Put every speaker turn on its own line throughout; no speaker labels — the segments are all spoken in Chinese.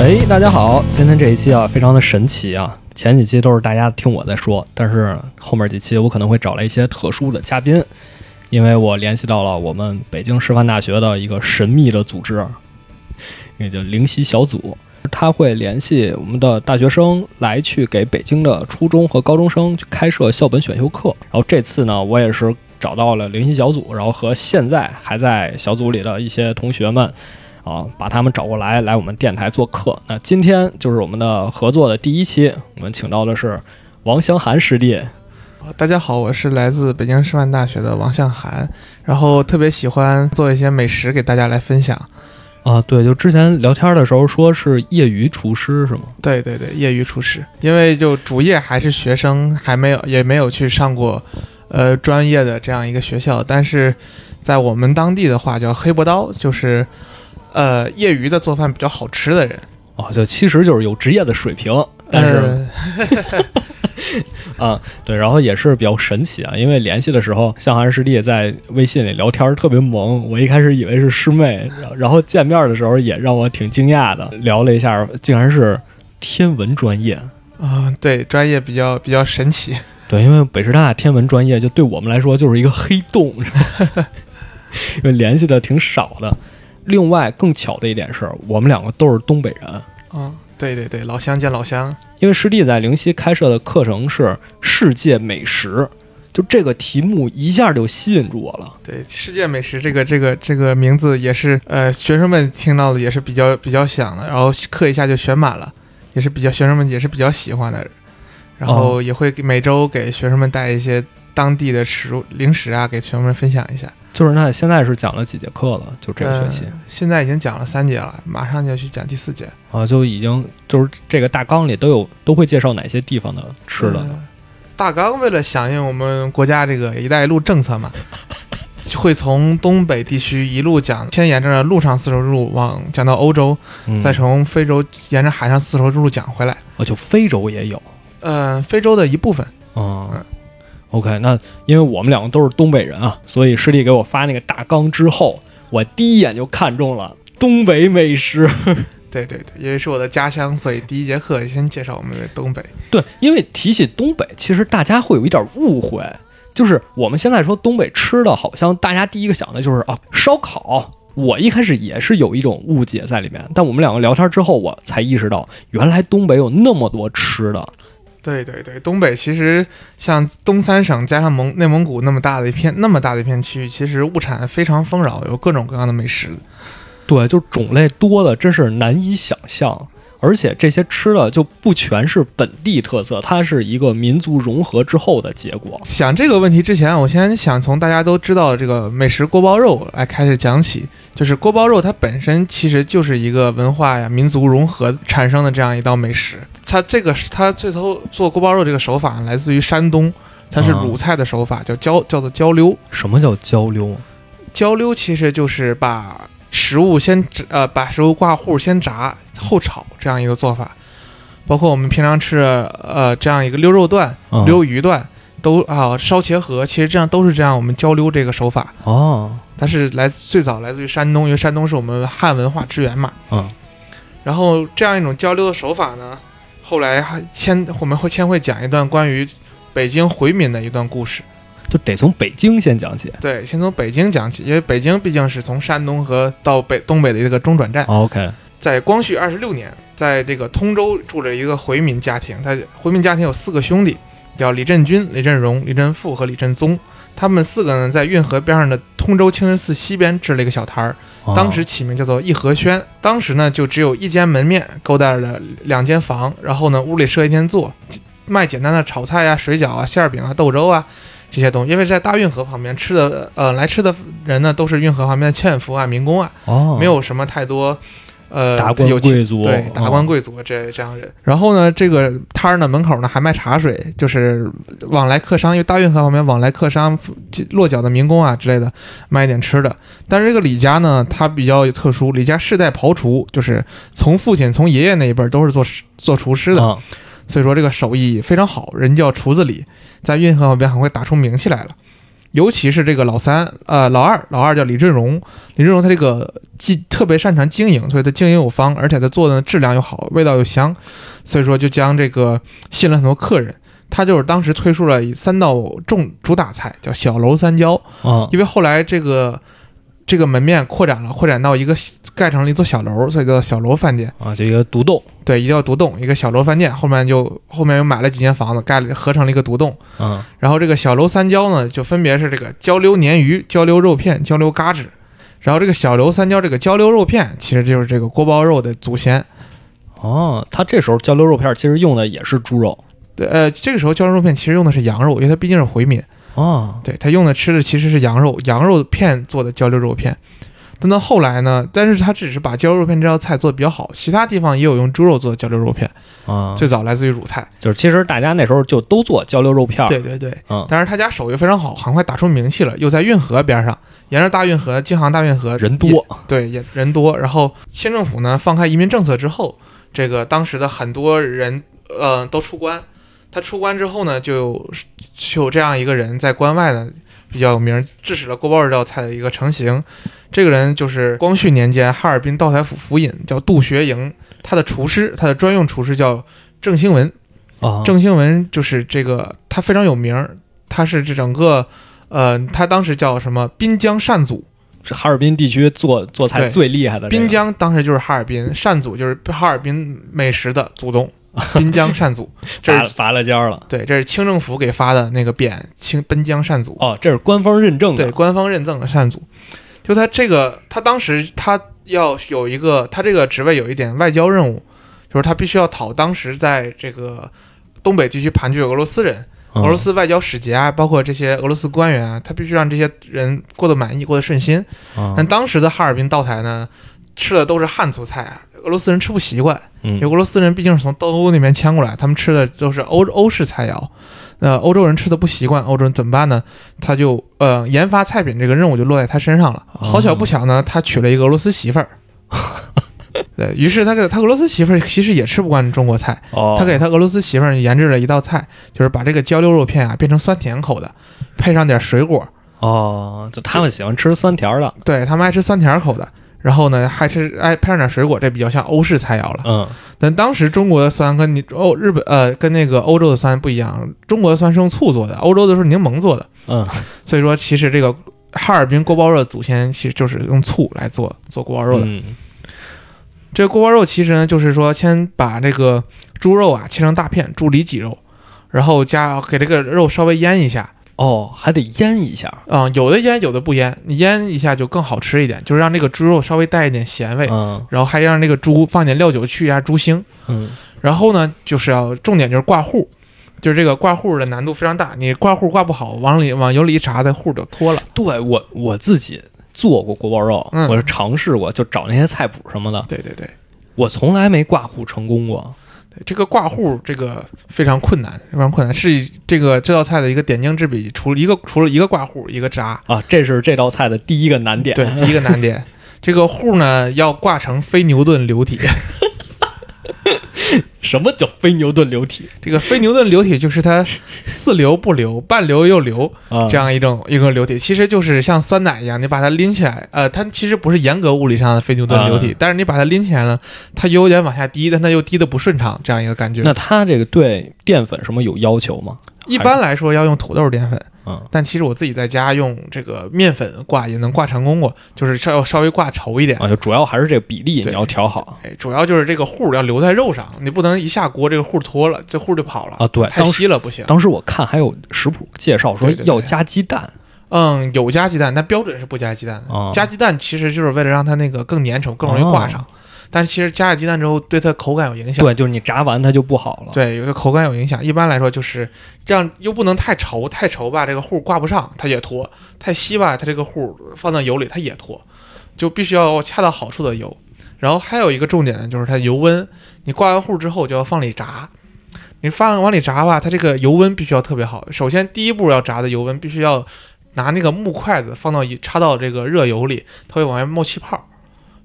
哎，大家好，今天这一期啊，非常的神奇啊。前几期都是大家听我在说，但是后面几期我可能会找来一些特殊的嘉宾，因为我联系到了我们北京师范大学的一个神秘的组织，啊也叫灵犀小组。他会联系我们的大学生来去给北京的初中和高中生去开设校本选修课。然后这次呢，我也是找到了灵犀小组，然后和现在还在小组里的一些同学们啊，把他们找过来，来我们电台做客。那今天就是我们的合作的第一期，我们请到的是王湘涵师弟。
大家好，我是来自北京师范大学的王向涵，然后特别喜欢做一些美食给大家来分享。
啊，对，就之前聊天的时候说是业余厨师是吗？
对对对，业余厨师，因为就主业还是学生，还没有也没有去上过，呃，专业的这样一个学校。但是在我们当地的话叫黑博刀，就是呃业余的做饭比较好吃的人。
哦，就其实就是有职业的水平，但是、
呃
啊，对，然后也是比较神奇啊，因为联系的时候，向涵师弟在微信里聊天儿特别萌，我一开始以为是师妹，然后然后见面的时候也让我挺惊讶的，聊了一下，竟然是天文专业。
啊、对，专业比较比较神奇。
对，因为北师大天文专业就对我们来说就是一个黑洞，是吧 因为联系的挺少的。另外更巧的一点是，我们两个都是东北人，
啊，对对对，老乡见老乡，
因为师弟在灵溪开设的课程是世界美食，就这个题目一下就吸引住我了。
对世界美食这个这个这个名字也是，呃，学生们听到的也是比较比较响的，然后课一下就选满了，也是比较学生们也是比较喜欢的，然
哦
后也会给每周给学生们带一些当地的食物零食啊，给学生们分享一下。
就是那现在是讲了几节课了？就这个学期、
呃现在已经讲了三节了，马上就要去讲第四节
啊，就已经就是这个大纲里都有都会介绍哪些地方的吃的呢？
呃大纲为了响应我们国家这个“一带一路”政策嘛， 会从东北地区一路讲，先沿着陆上丝绸之路往讲到欧洲，
嗯
再从非洲沿着海上丝绸之路讲回来。
啊，就非洲也有
呃，非洲的一部分。
啊。
嗯
OK，那因为我们两个都是东北人啊，所以师弟给我发那个大纲之后，我第一眼就看中了东北美食。
对对对，因为是我的家乡，所以第一节课先介绍我们的东北。
对，因为提起东北，其实大家会有一点误会，就是我们现在说东北吃的，好像大家第一个想的就是啊烧烤。我一开始也是有一种误解在里面，但我们两个聊天之后，我才意识到原来东北有那么多吃的。
对对对，东北其实像东三省加上蒙内蒙古那么大的一片那么大的一片区域，其实物产非常丰饶，有各种各样的美食。
对，就种类多的真是难以想象，而且这些吃的就不全是本地特色，它是一个民族融合之后的结果。
想这个问题之前，我先想从大家都知道的这个美食锅包肉来开始讲起。就是锅包肉，它本身其实就是一个文化呀、民族融合产生的这样一道美食。它这个它最后做锅包肉这个手法来自于山东，它是
啊
鲁菜的手法，叫浇叫做浇溜。
什么叫交流？
浇溜其实就是把食物先呃把食物挂糊先炸后炒这样一个做法，包括我们平常吃的呃这样一个溜肉段、
啊
溜鱼段都啊、烧茄盒，其实这样都是这样我们浇溜这个手法，
哦，
它是来自最早来自于山东，因为山东是我们汉文化之源嘛。
嗯，
然后这样一种交流的手法呢，后来还先我们会先会讲一段关于北京回民的一段故事。
就得从北京先讲起。
对，先从北京讲起，因为北京毕竟是从山东和到北东北的一个中转站。
哦 OK，
在光绪二十六年，在这个通州住着一个回民家庭，他回民家庭有四个兄弟，叫李振军、李振荣、李振富和李振宗。他们四个呢，在运河边上的通州清真寺西边支了一个小摊儿，
哦
当时起名叫做一和轩。当时呢，就只有一间门面，勾搭了两间房，然后呢，屋里设一间座，卖简单的炒菜啊、水饺啊、馅儿饼啊、豆粥啊这些东西。因为在大运河旁边吃的，呃，来吃的人呢，都是运河旁边的纤夫啊、民工啊，
哦，
没有什么太多，呃，
达官
有
贵族，
对，达官
哦
贵族这这样人。然后呢，这个摊儿呢门口呢还卖茶水，就是往来客商，因为大运河旁边往来客商、落脚的民工啊之类的，卖一点吃的。但是这个李家呢，他比较有特殊，李家世代刨厨，就是从父亲、从爷爷那一辈儿都是做做厨师的，
啊
所以说这个手艺非常好，人叫厨子李，在运河旁边很会打出名气来了。尤其是这个老三，呃，老二，老二叫李振荣，李振荣他这个既特别擅长经营，所以他经营有方，而且他做的质量又好，味道又香，所以说就将这个吸引了很多客人。他就是当时推出了三道重主打菜，叫小楼三椒，
啊，
因为后来这个这个门面扩展了，扩展到一个盖成了一座小楼，所以叫小楼饭店。
啊，这个独栋，
对，一定要独栋，一个小楼饭店，后面就后面又买了几间房子，盖了合成了一个独栋。
嗯，
然后这个小楼三椒呢，就分别是这个焦溜鲶鱼、焦溜肉片、焦溜嘎吱。然后这个小楼三椒，这个焦溜肉片其实就是这个锅包肉的祖先。
哦，他这时候焦溜肉片其实用的也是猪肉
对，呃，这个时候焦溜肉片其实用的是羊肉，因为它毕竟是回民，
啊，
对他用的吃的其实是羊肉，羊肉片做的焦溜肉片。等到后来呢，但是他只是把焦溜肉片这道菜做的比较好，其他地方也有用猪肉做的焦溜肉片。
啊，
最早来自于鲁菜，
就是其实大家那时候就都做焦溜肉片儿，
对对对，
嗯
但是他家手艺非常好，很快打出名气了，又在运河边上，沿着大运河、京杭大运河，
人
也
多，
对，也人多。然后清政府呢放开移民政策之后，这个当时的很多人呃都出关，他出关之后呢，就有就有这样一个人在关外呢比较有名，致使了锅包肉这道菜的一个成型。这个人就是光绪年间哈尔滨道台府府尹叫杜学营，他的厨师，他的专用厨师叫郑兴文。
啊，
郑兴文就是这个，他非常有名儿，他是这整个，呃，他当时叫什么滨江善祖，
是哈尔滨地区做做菜
对
最厉啊害的这个
滨江当时就是哈尔滨，善祖就是哈尔滨美食的祖宗，滨江 善祖，这
拔
是
拔了尖儿了。
对，这是清政府给发的那个匾，清滨江善祖，
哦，这是官方认证的，
对，官方认证的善祖，就他这个，他当时他要有一个，他这个职位有一点外交任务，就是他必须要讨当时在这个东北地区盘踞俄罗斯人。
嗯
俄罗斯外交使节啊，包括这些俄罗斯官员啊，他必须让这些人过得满意，过得顺心。
啊
但当时的哈尔滨道台呢，吃的都是汉族菜啊，俄罗斯人吃不习惯，因为
嗯
俄罗斯人毕竟是从东欧那边迁过来，他们吃的都是欧欧式菜肴。那、欧洲人吃的不习惯，欧洲人怎么办呢？他就呃研发菜品这个任务就落在他身上了。
哦
好巧不巧呢，他娶了一个俄罗斯 媳妇儿。对于是他给他俄罗斯媳妇儿其实也吃不惯中国菜，
哦，
他给他俄罗斯媳妇儿研制了一道菜，就是把这个焦溜肉片啊变成酸甜口的，配上点水果。
哦，就他们喜欢吃酸甜儿的，
对他们爱吃酸甜口的，然后呢还吃爱配上点水果，这比较像欧式菜肴了。
嗯
但当时中国的酸跟你欧日本呃跟那个欧洲的酸不一样，中国的酸是用醋做的，欧洲的是柠檬做的。
嗯，
所以说其实这个哈尔滨锅包肉的祖先其实就是用醋来做做锅包肉的。
嗯
这个锅包肉其实呢，就是说先把这个猪肉啊切成大片，猪里脊肉，然后加给这个肉稍微腌一下，
哦，还得腌一下，
啊、有的腌，有的不腌，你腌一下就更好吃一点，就是让这个猪肉稍微带一点咸味，
嗯
然后还让这个猪放点料酒去一下猪腥，
嗯
然后呢，就是要重点就是挂糊。就是这个挂糊的难度非常大，你挂糊挂不好，往里往油里一炸，这糊就脱了。
对我我自己做过锅包肉，
嗯
我是尝试过，就找那些菜谱什么的，
对对对，
我从来没挂糊成功过。
对这个挂糊这个非常困难，非常困难，是这个这道菜的一个点睛之笔。除了一个除了一个挂糊，一个炸，
啊，这是这道菜的第一个难点。
对，第一个难点。这个糊呢要挂成非牛顿流体，
什么叫非牛顿流体
这个非牛顿流体就是它似流不流，半流又流
啊？
这样一种一个流体，其实就是像酸奶一样，你把它拎起来，呃，它其实不是严格物理上的非牛顿
啊
流体，但是你把它拎起来呢，它有点往下滴，但它又滴的不顺畅，这样一个感觉。
那它这个对淀粉什么有要求吗？
一般来说要用土豆淀粉，
嗯
但其实我自己在家用这个面粉挂也能挂成功过，就是稍稍微挂稠一点。
啊，就主要还是这个比例你
对
要调好
哎，主要就是这个糊要留在肉上，你不能一下锅这个糊脱了，这糊就跑了
啊。对，
太
当时
稀了不行。
当时我看还有食谱介绍说
对对对
要加鸡蛋
嗯，有加鸡蛋，但标准是不加鸡蛋的。
啊，
加鸡蛋其实就是为了让它那个更粘稠，更容易挂上。但是其实加了鸡蛋之后，对它口感有影响。
对，就是你炸完它就不好了。
对，有的口感有影响。一般来说就是让又不能太稠，太稠吧，这个糊挂不上，它也脱；太稀吧，它这个糊放到油里它也脱，就必须要恰到好处的油。然后还有一个重点呢，就是它油温，你挂完糊之后就要放里炸。你放往里炸吧，它这个油温必须要特别好。首先第一步要炸的油温必须要拿那个木筷子放到一插到这个热油里，它会往外冒气泡，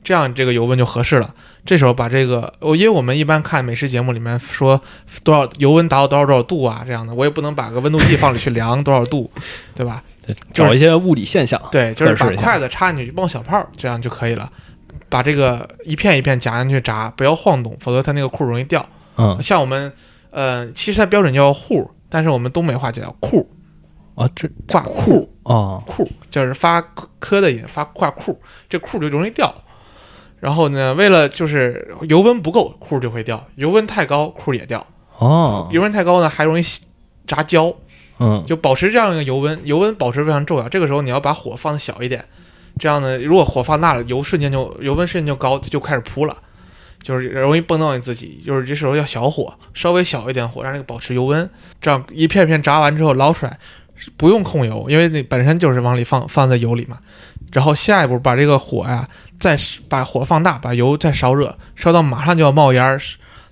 这样这个油温就合适了。这时候把这个，我因为我们一般看美食节目里面说 多少油温达到多少多少度啊这样的，我也不能把个温度计放里去量多少度，对吧？
对找一些物理现象，
对，就是
测
把
试一下
筷子插进去冒小泡，这样就可以了。把这个一片一片夹进去炸，不要晃动，否则它那个库容易掉。
嗯
像我们，呃，其实它标准叫户，但是我们东北话叫库，
啊，这
挂库
哦，
库，就是发科的音，发挂库，这库就容易掉。然后呢，为了就是油温不够，库就会掉；油温太高，库也掉。
哦，
油温太高呢，还容易炸焦。
嗯
就保持这样一个油温，油温保持非常重要。这个时候你要把火放小一点，这样呢，如果火放大了，油瞬间就油温瞬间就高，它就开始扑了，就是容易蹦到你自己。就是这时候要小火，稍微小一点火，让这个保持油温，这样一片片炸完之后捞出来，不用控油，因为你本身就是往里放放在油里嘛。然后下一步把这个火呀、再把火放大，把油再烧热，烧到马上就要冒烟儿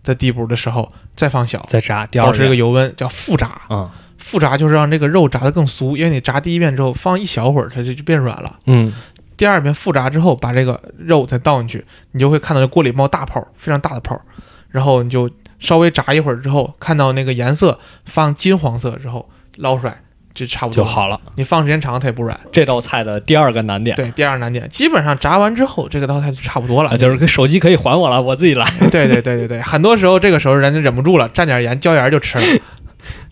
的地步的时候，再放小，
再炸第
保
二
持这个
遍，
油温，叫复炸。
嗯
复炸就是让这个肉炸得更酥，因为你炸第一遍之后放一小会儿，它就就变软了。
嗯
第二遍复炸之后，把这个肉再倒进去，你就会看到这锅里冒大泡，非常大的泡。然后你就稍微炸一会儿之后，看到那个颜色放金黄色之后捞出来，就差不
就
多了。
好了。
你放时间长它也不软。
这道菜的第二个难点，
对，第二难点，基本上炸完之后，这个道菜就差不多
啊，
了。
就是手机可以还我了，我自己来。
对对对对对，很多时候这个时候人家忍不住了，蘸点盐椒盐就吃了。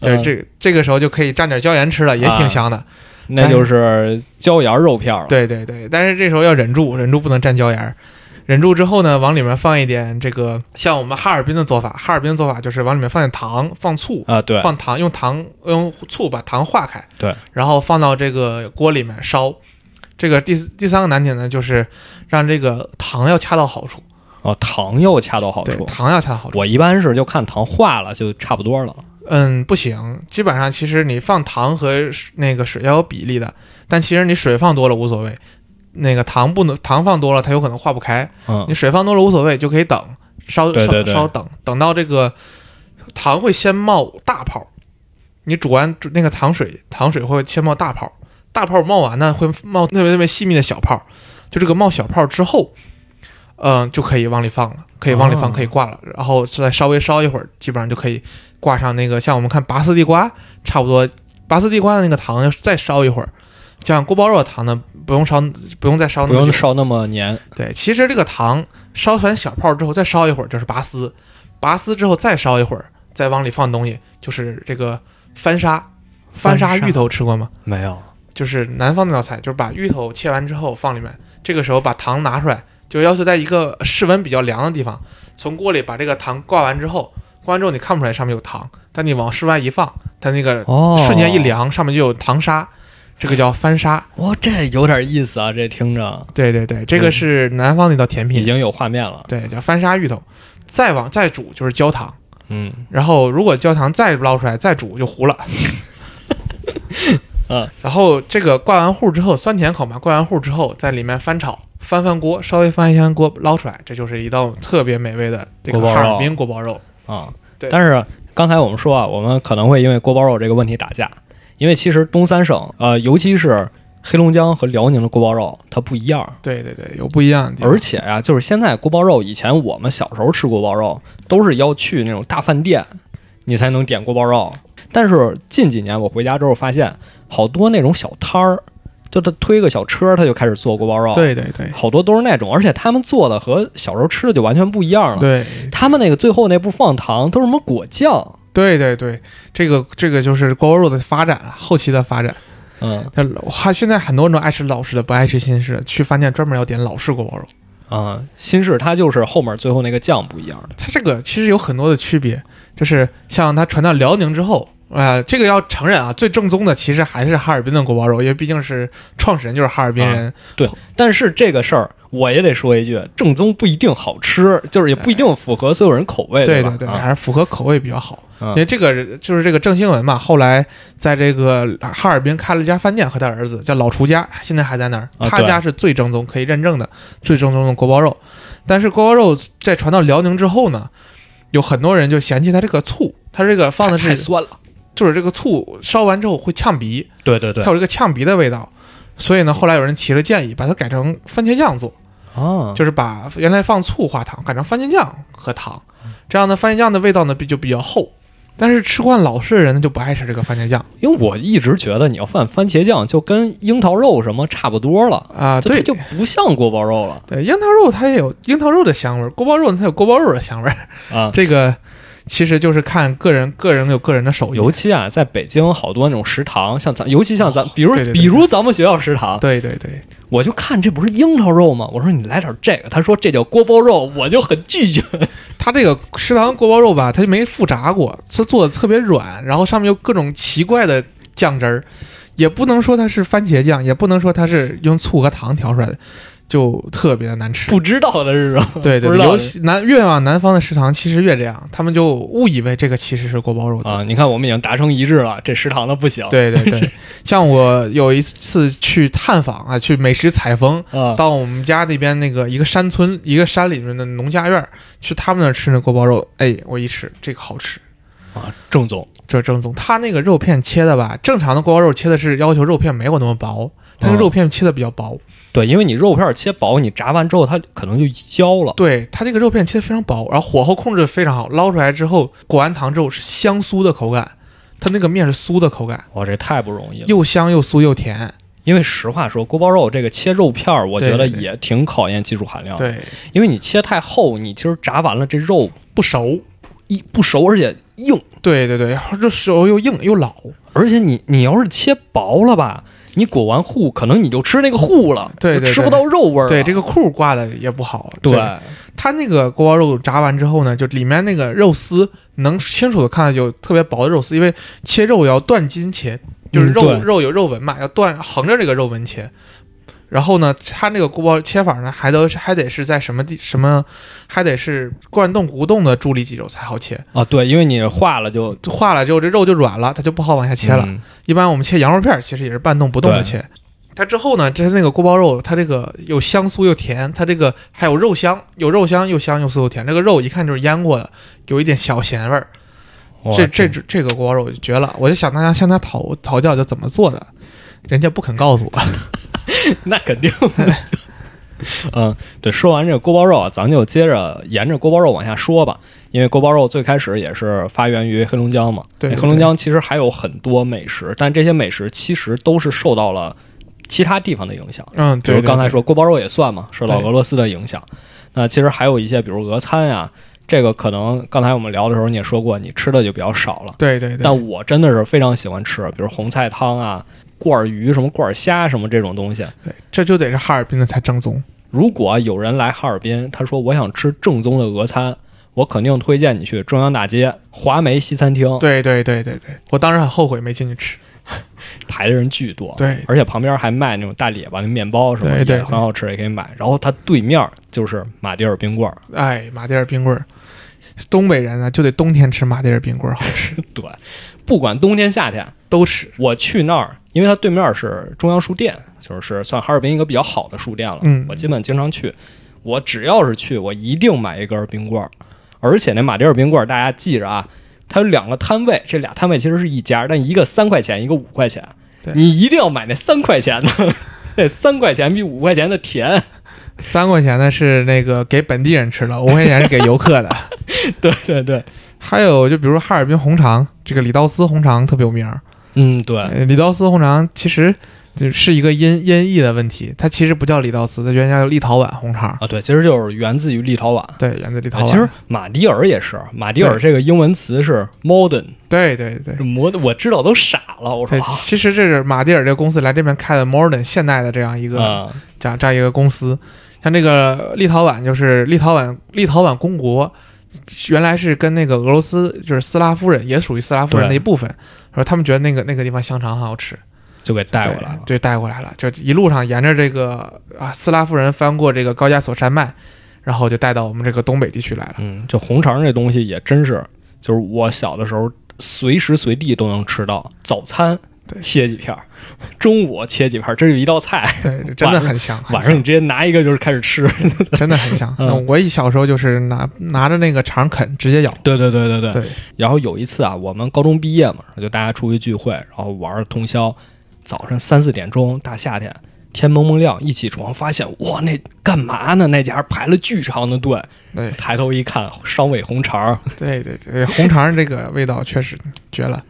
就是这这个时候就可以蘸点椒盐吃了，也挺香的。
那就是椒盐肉片儿了。，
对对对，但是这时候要忍住，忍住不能蘸椒盐儿。忍住之后呢，往里面放一点这个，像我们哈尔滨的做法，哈尔滨的做法就是往里面放点糖，放醋，
啊，对，
放糖，用糖用醋把糖化开，
对，
然后放到这个锅里面烧。这个第四第三个难点呢，就是让这个糖要恰到好处，
哦，糖又恰到好
对，
处。
糖要恰到好处。
我一般是就看糖化了就差不多了。
嗯，不行，基本上其实你放糖和水那个水要有比例的，但其实你水放多了无所谓，那个糖不能糖放多了它有可能化不开，
嗯
你水放多了无所谓，就可以等稍
对对
稍
对
稍等，等到这个糖会先冒大泡，你煮完煮那个糖水，糖水会先冒大泡，大泡冒完呢会冒特别特别细密的小泡，就这个冒小泡之后，嗯、就可以往里放了，可以往里放，
哦
可以挂了，然后再稍微烧一会儿，基本上就可以挂上那个像我们看拔丝地瓜差不多，拔丝地瓜的那个糖要再烧一会儿。像锅包肉的糖呢，不用烧，不用再烧那
不
么
用
久，
烧那么黏。
对，其实这个糖烧完小泡之后，再烧一会儿就是拔丝，拔丝之后再烧一会儿，再往里放东西，就是这个翻砂。翻砂
翻砂
芋头吃过吗？
没有，
就是南方那道菜，就是把芋头切完之后放里面，这个时候把糖拿出来，就要求在一个室温比较凉的地方，从锅里把这个糖挂完之后，挂完之后你看不出来上面有糖，但你往室外一放，它那个
哦，
瞬间一。凉，上面就有糖沙，这个叫翻砂。
哇、哦这有点意思啊！这听着
对对对，这个是南方那道甜品
已。经有画面了。
对，叫翻砂芋头，再往再煮就是焦糖，
嗯，
然后如果焦糖再捞出来再煮就糊了。
嗯，
然后这个挂完糊之后，酸甜口嘛，挂完糊之后在里面翻炒，翻翻锅，稍微翻一翻锅捞出来，这就是一道特别美味的这个
锅包
哈
肉
尔滨锅包肉。
啊，
对
但是刚才我们说啊，我们可能会因为锅包肉这个问题打架，因为其实东三省，呃，尤其是黑龙江和辽宁的锅包肉它不一样，
对对对，有不一样的地方。
而且啊，就是现在锅包肉，以前我们小时候吃锅包肉都是要去那种大饭店，你才能点锅包肉。但是近几年我回家之后发现，好多那种小摊儿，就他推个小车，他就开始做锅包肉，，
对对对
好多都是那种，而且他们做的和小时候吃的就完全不一样了。
对
他们那个最后那不放糖，都是什么果酱，
对对对，这个这个就是锅包肉的发展，后期的发展。
嗯
那还现在很多人都爱吃老式的，不爱吃新式的，去饭店专门要点老式锅包肉。
啊、新式它就是后面最后那个酱不一样的，
它这个其实有很多的区别，就是像它传到辽宁之后，呃，这个要承认啊，最正宗的其实还是哈尔滨的锅包肉，因为毕竟是创始人就是哈尔
啊
滨人，
但是这个事儿。我也得说一句，正宗不一定好吃，就是也不一定符合所有人口味，
对
吧？
对，
啊
还是符合口味比较好。
嗯
因为这个就是这个郑兴文嘛，后来在这个啊哈尔滨开了一家饭店，和他儿子叫老厨家，现在还在那儿。
啊
他家是最正宗、可以认证的最正宗的锅包肉，但是锅包肉在传到辽宁之后呢，有很多人就嫌弃它这个醋，它这个放的
太
是
酸了。
就是这个醋烧完之后会呛鼻。
对对对
它，有这个呛鼻的味道。所以呢，后来有人提了建议，把它改成番茄酱做，
啊，
就是把
嗯
原来放醋化糖改成番茄酱和糖，这样呢，番茄酱的味道呢比就比较厚，但是吃惯老式的人呢，就不爱吃这个番茄酱
因为我一直觉得你要放番茄酱就跟樱桃肉什么差不多了，
啊、
就它
对
就不像锅包肉了
对，樱桃肉它也有樱桃肉的香味儿，锅包肉呢它有锅包肉的香味儿。
啊。
这个其实就是看个人，个人有个人的手艺
尤。其啊，在北京好多那种食堂，像咱，尤其像咱，比如
哦对对对
比如咱们学校食堂，
对对对，
我就看这不是樱桃肉吗？我说你来点这个，他说这叫锅包肉，我就很拒绝。
它这个食堂锅包肉吧，它就没复炸过，它做的特别软，然后上面有各种奇怪的酱汁儿，也不能说它是番茄酱，也不能说它是用醋和糖调出来的，就特别的难吃。
不知道的是什么？
对对
不知
对，
道
尤
的
其南越往南方的食堂，其实越这样，他们就误以为这个其实是锅包肉的
啊！你看，我们已经达成一致了，这食堂的不行。
对对对，像我有一次去探访啊，去美食采风，
啊，
到我们家那边那个一个山村，一个山里面的农家院儿，去他们那儿吃那锅包肉，哎，我一吃这个好吃，
啊，郑总，
这正宗。他那个肉片切的吧，正常的锅包肉切的是要求肉片没有那么薄，他那个
嗯
肉片切的比较薄，
对，因为你肉片切薄，你炸完之后它可能就焦了。
对他这个肉片切的非常薄，然后火候控制的非常好，捞出来之后裹完糖之后是香酥的口感，它那个面是酥的口感，
哇，这太不容易了。
又香又酥又甜，
因为实话说，锅包肉这个切肉片儿，我觉得
对对对
也挺考验技术含量的。
对，
因为你切太厚，你其实炸完了这肉
不熟。
一不熟，而且硬，
对对对，然后这手又硬又老，
而且你你要是切薄了吧，你裹完糊，可能你就吃那个糊了，
对对
就
对
吃不到肉味儿了。
对这个裤挂的也不好。
啊对，
它那个锅包肉炸完之后呢，就里面那个肉丝能清楚的看到有特别薄的肉丝，因为切肉要断筋切，就是
嗯
肉、
对
肉有肉纹嘛，要断横着这个肉纹切。然后呢，它那个锅包切法呢，还得还得是在什么地什么，还得是灌动鼓动的助力肌肉才好切。
啊对，因为你化了就
化了之后，这肉就软了，它就不好往下切了。
嗯
一般我们切羊肉片儿，其实也是半动不动的
对
切。它之后呢，这是那个锅包肉，它这个又香酥又甜，它这个还有肉香，有肉香又香又酥又甜。这个肉一看就是腌过的，有一点小咸味儿。
哇
这嗯这这个锅包肉我就绝了，我就想大家向他讨讨教，就怎么做的，人家不肯告诉我。
那肯定。 嗯，对，说完这个锅包肉啊，咱就接着沿着锅包肉往下说吧。因为锅包肉最开始也是发源于黑龙江嘛，
对对对
黑龙江其实还有很多美食，但这些美食其实都是受到了其他地方的影响，
嗯，
比
对，
如
对
刚才
对
说锅包肉也算嘛，受到
对
俄罗斯的影响。那其实还有一些，比如俄餐呀、这个可能刚才我们聊的时候你也说过，你吃的就比较少了。
对对对，
但我真的是非常喜欢吃，比如红菜汤啊、罐儿鱼、什么罐儿虾什么这种东西。
对这就得是哈尔滨的才正宗。
如果有人来哈尔滨，他说我想吃正宗的俄餐，我肯定推荐你去中央大街华梅西餐厅，
对对对对对，我当时很后悔没进去吃。
排的人巨多。
对
而且旁边还卖那种大列巴那面包什么，
对对
也很好吃，也可以买。然后它对面就是马迭尔冰棍儿，
哎，马迭尔冰棍儿，东北人啊呢就得冬天吃马迭尔冰棍儿好 吃，
对，不管冬天夏天，
都吃。
我去那儿，因为它对面是中央书店，就是算哈尔滨一个比较好的书店了。
嗯
我基本经常去。我只要是去，我一定买一根冰棍儿。而且那马迭尔冰棍儿，大家记着啊，它有两个摊位，这俩摊位其实是一家，但一个三块钱，一个五块钱
对。
你一定要买那三块钱的， 那三块钱比五块钱的甜。
三块钱的是那个给本地人吃的，五块钱是给游客的。
对对对，
还有就比如哈尔滨红肠，这个李道斯红肠特别有名儿。
嗯对，
呃李道斯红肠其实就是一个音音译的问题，它其实不叫李道斯，它原来叫立陶宛红肠。
啊对，其实就是源自于立陶宛。
对，源自立陶
啊
宛。
其实马迭尔也是，马迭尔这个英文词是 modern，
对对对
这摩我知道都傻了，我说
对，
啊
其实这是马蒂尔这个公司来这边开的 modern 现代的这样一个、
啊
这样这样一个公司。像这个立陶宛就是立陶宛立陶宛公国，原来是跟那个俄罗斯就是斯拉夫人也属于斯拉夫人的
对
一部分，说他们觉得那个那个地方香肠很好吃，
就给带过来了
对，对，带过来了，就一路上沿着这个啊斯拉夫人翻过这个高加索山脉，然后就带到我们这个东北地区 来了。
嗯，这红肠这东西也真是，就是我小的时候随时随地都能吃到，早餐
对
切几片儿，中午切几片儿，这是一道菜。
对，这真的很香，很
晚
香
上你直接拿一个就是开始吃。
真的很香。
嗯
那我一小时候就是拿拿着那个肠啃，直接咬。
对对对对对
对，
然后有一次啊，我们高中毕业嘛，就大家出去聚会，然后玩儿通宵，早上三四点钟，大夏天天蒙蒙亮，一起床发现哇，那干嘛呢？那家排了巨长的队，
对
抬头一看，烧尾红肠儿，
对对对，红肠这个味道确实绝了。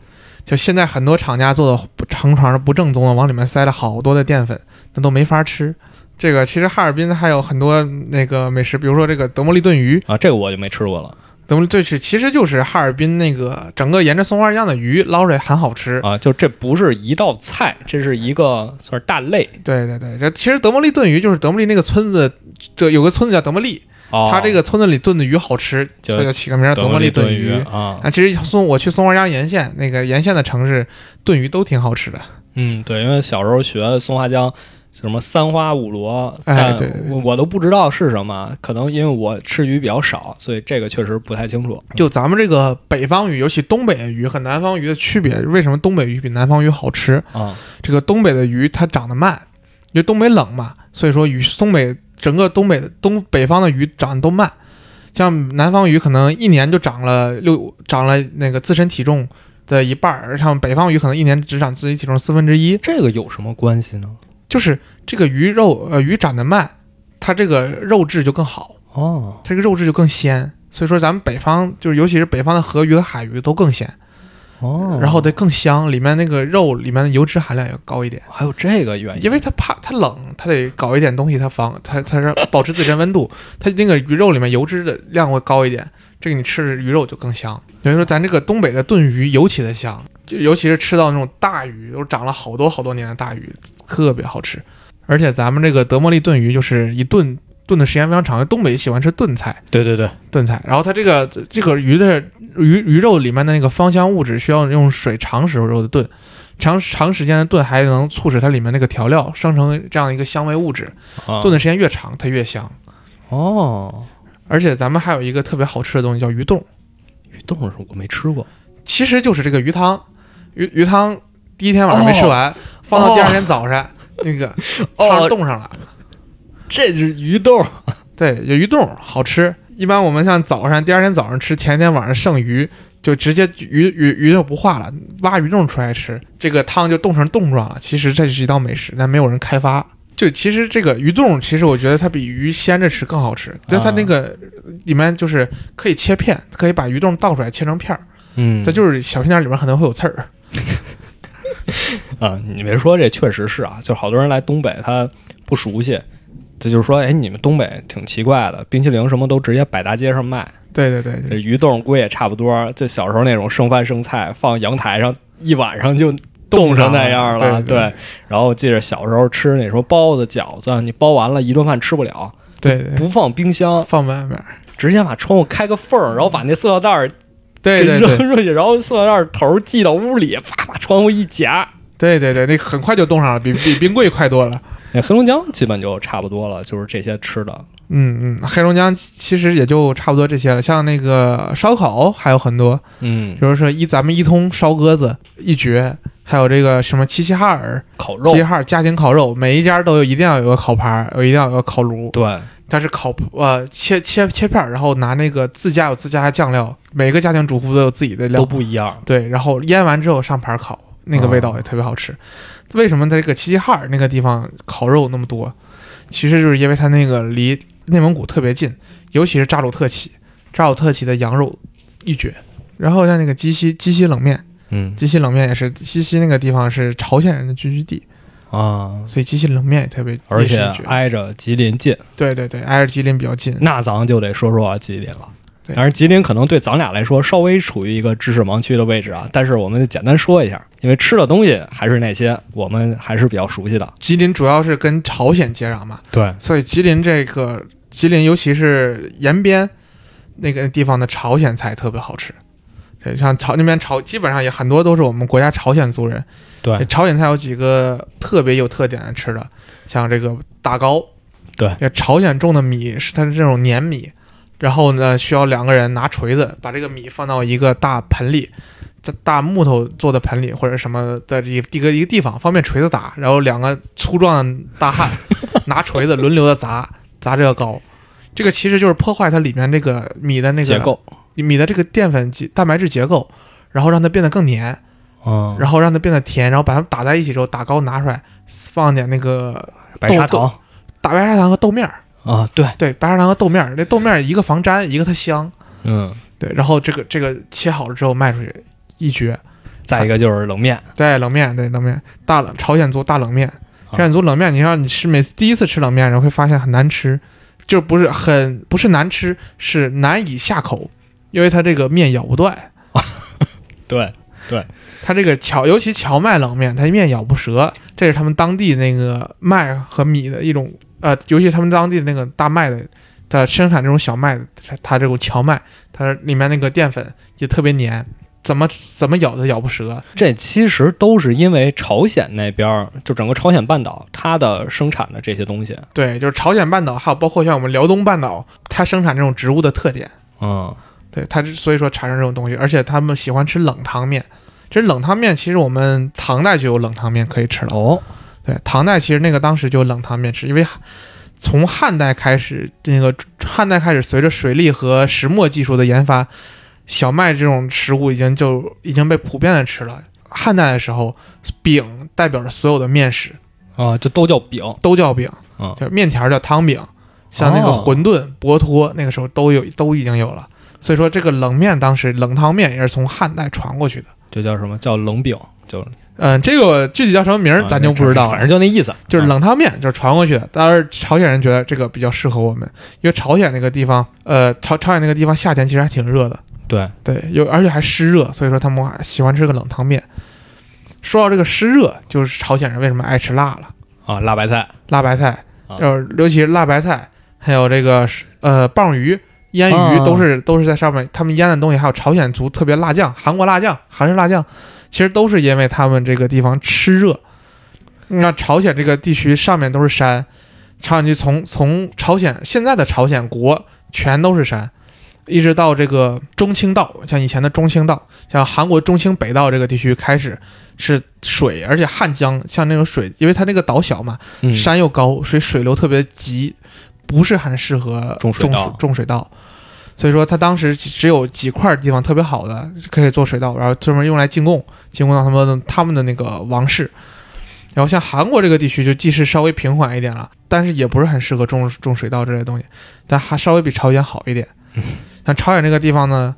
就现在很多厂家做的长肠是不正宗的，往里面塞了好多的淀粉，那都没法吃。这个其实哈尔滨还有很多那个美食，比如说这个德莫利炖鱼，
啊，这个我就没吃过了
德莫利炖是其实就是哈尔滨那个整个沿着松花江的鱼捞出来很好吃。
啊，就这不是一道菜，这是一个算是大类
对对对，这其实德莫利炖鱼就是德莫利那个村子，这有个村子叫德莫利，
哦。
它这个村子里炖的鱼好吃，
就
所以就起个名儿
德
德
莫
莫
利
利炖
鱼
鱼。
啊，
啊，其实松我去松花江沿线那个沿线的城市炖鱼都挺好吃的。
嗯，对，因为小时候学松花江。什么三花五罗，
哎
但
对对对
我我都不知道是什么，可能因为我吃鱼比较少，所以这个确实不太清楚。
就咱们这个北方鱼，尤其东北的鱼和南方鱼的区别，为什么东北鱼比南方鱼好吃？
啊，
这个东北的鱼它长得慢，因为东北冷嘛，所以说鱼东北整个东北东北方的鱼长得都慢。像南方鱼可能一年就长了六，长了那个自身体重的一半儿，像北方鱼可能一年只长自己体重四分之一。
这个有什么关系呢？
就是这个鱼肉，呃，鱼长得慢，它这个肉质就更好，
哦，
它这个肉质就更鲜。所以说，咱们北方就是，尤其是北方的河鱼和海鱼都更鲜，
哦，
然后得更香，里面那个肉里面的油脂含量也高一点，
还有这个原因，
因为它怕它冷，它得搞一点东西，它防它它是保持自身温度，它那个鱼肉里面油脂的量会高一点，这个你吃着鱼肉就更香。等于说，咱这个东北的炖鱼尤其的香，就尤其是吃到那种大鱼，都长了好多好多年的大鱼，特别好吃。而且咱们这个德莫利炖鱼就是一炖炖的时间非常长，东北喜欢吃炖菜，
对对对，
炖菜，然后它这个这个鱼的鱼鱼肉里面的那个芳香物质需要用水长时候的炖，长长时间的炖还能促使它里面那个调料生成这样一个香味物质，
啊
炖的时间越长它越香。
哦，
而且咱们还有一个特别好吃的东西叫鱼冻，
鱼冻是我没吃过，
其实就是这个鱼汤，鱼鱼汤第一天晚上没吃完，放到第二天早上、那个它
哦，
冻上了。
这是鱼冻，
对，有鱼冻好吃。一般我们像早上第二天早上吃，前一天晚上剩鱼，就直接鱼鱼鱼就不化了，挖鱼冻出来吃，这个汤就冻成冻状了。其实这是一道美食，但没有人开发。就其实这个鱼冻，其实我觉得它比鱼鲜着吃更好吃，就它那个里面就是可以切片，可以把鱼冻倒出来切成片儿。
嗯
它就是小心点，里面可能会有刺儿。
啊，你别说，这确实是啊，就好多人来东北他不熟悉，这就是说，哎，你们东北挺奇怪的，冰淇淋什么都直接摆大街上卖，
对对对
这
对
鱼冻估计也差不多，就小时候那种剩饭剩菜放阳台上一晚上就。冻成那样
冻上
了，
了对对
然后我记着小时候吃那时候包子、饺子，你包完了一顿饭吃不了，
对对，
不放冰箱，
放外面。
直接把窗户开个缝儿，然后把那塑料袋儿给
对对
扔
对
出去，然后塑料袋儿头儿系到屋里，啪把窗户一夹。
对对对，那个很快就冻上了，比比冰柜快多了。
那黑龙江基本就差不多了，就是这些吃的。
嗯嗯，黑龙江其实也就差不多这些了，像那个烧烤还有很多，
嗯
比，如说一咱们一通烧鸽子、一绝，还有这个什么齐齐哈尔、
烤肉
齐齐，哈尔家庭烤肉，每一家都有一定要有个烤盘，有一定要有个烤炉，
对，
它是烤呃切切切片儿，然后拿那个自家有自家的酱料，每个家庭主妇都有自己的
都
料，
不一样。
对，然后腌完之后上盘烤，那个味
哦
道也特别好吃。为什么在这个齐齐哈尔那个地方烤肉那么多？其实就是因为它那个离内蒙古特别近，尤其是扎鲁特旗，扎鲁特旗的羊肉一绝。然后像那个鸡西鸡西冷面，
嗯
鸡西冷面也是鸡西那个地方是朝鲜人的聚居地，
啊，
所以鸡西冷面也特别
而
也
且
是一绝
挨着吉林近，
对对对，挨着吉林比较近。
那咱就得说说吉林了。
对
当然，吉林可能对咱俩来说稍微处于一个知识盲区的位置啊，但是我们简单说一下，因为吃的东西还是那些我们还是比较熟悉的。
吉林主要是跟朝鲜接壤嘛，
对，
所以吉林这个吉林，尤其是延边那个地方的朝鲜菜特别好吃。对，像朝那边朝基本上也很多都是我们国家朝鲜族人。
对，
朝鲜菜有几个特别有特点的吃的，像这个大糕。
对，
朝鲜种的米是它是这种粘米，然后呢需要两个人拿锤子把这个米放到一个大盆里。在大木头做的盆里或者什么的一一个一个地方，方便锤子打，然后两个粗壮的 大汉拿锤子轮流的砸砸这个糕，这个其实就是破坏它里面这个米的那个
结构，
米的这个淀粉结蛋白质结构，然后让它变得更黏，
嗯，
然后让它变得甜，然后把它们打在一起之后，打糕拿出来，放点那个
白砂糖
大白砂糖和豆面儿，
啊，对，
对，白砂糖和豆面儿，这豆面儿一个防粘，一个它香，
嗯，
对，然后这个这个切好了之后卖出去一绝，
再一个就是冷面，
对，冷面，对冷面，大冷朝鲜族大冷面，朝鲜族冷面，你让你吃每次第一次吃冷面，然后会发现很难吃，就不是很不是难吃，是难以下口，因为它这个面咬不断，
对，
它这个荞，尤其荞麦冷面，它面咬不折，这是他们当地那个麦和米的一种，呃，尤其他们当地那个大麦的。它生产这种小麦的，它它这种荞麦，它里面那个淀粉也特别黏，怎么怎么咬都咬不折。
这其实都是因为朝鲜那边儿，就整个朝鲜半岛，它的生产的这些东西，
对，就是朝鲜半岛，还有包括像我们辽东半岛，它生产这种植物的特点，
嗯，
对它之所以说产生这种东西，而且他们喜欢吃冷汤面。这冷汤面其实我们唐代就有冷汤面可以吃了，
哦，
对，唐代其实那个当时就有冷汤面吃，因为从汉代开始，那个汉代开始随着水利和石磨技术的研发，小麦这种食物已经就已经被普遍的吃了。汉代的时候，饼代表着所有的面食，
啊，就都叫饼，
都叫饼，
嗯
就是面条叫汤饼，像那个
哦
馄饨、博托，那个时候都有，都已经有了。所以说，这个冷面当时冷汤面也是从汉代传过去的。
就叫什么叫冷饼，就
嗯，这个具体叫什么名儿咱就不知道了，
反啊正就那意思，
就是
嗯
冷汤面，就是传过去的。当然，朝鲜人觉得这个比较适合我们，因为朝鲜那个地方，呃，朝朝鲜那个地方夏天其实还挺热的，
对，
对，有而且还湿热，所以说他们还喜欢吃个冷汤面。说到这个湿热，就是朝鲜人为什么爱吃辣了。
啊，辣白菜，
辣白菜
啊，
呃，尤其是辣白菜，还有这个呃棒鱼、腌
啊
鱼，都是都是在上面。他们腌的东西，还有朝鲜族特别辣酱、韩国辣酱、韩式辣酱，其实都是因为他们这个地方吃热。那朝鲜这个地区上面都是山，朝鲜就从从朝鲜现在的朝鲜国全都是山，一直到这个中清道，像以前的中清道，像韩国中清北道这个地区开始是水，而且汉江像那种水，因为它那个岛小嘛，
嗯，
山又高，所以水流特别急，不是很适合
种水
种
稻
种水稻。所以说，他当时只只有几块地方特别好的可以做水稻，然后专门用来进贡，进贡到他们的他们的那个王室。然后像韩国这个地区，就既是稍微平缓一点了，但是也不是很适合种种水稻之类的东西，但还稍微比朝鲜好一点。像朝鲜这个地方呢，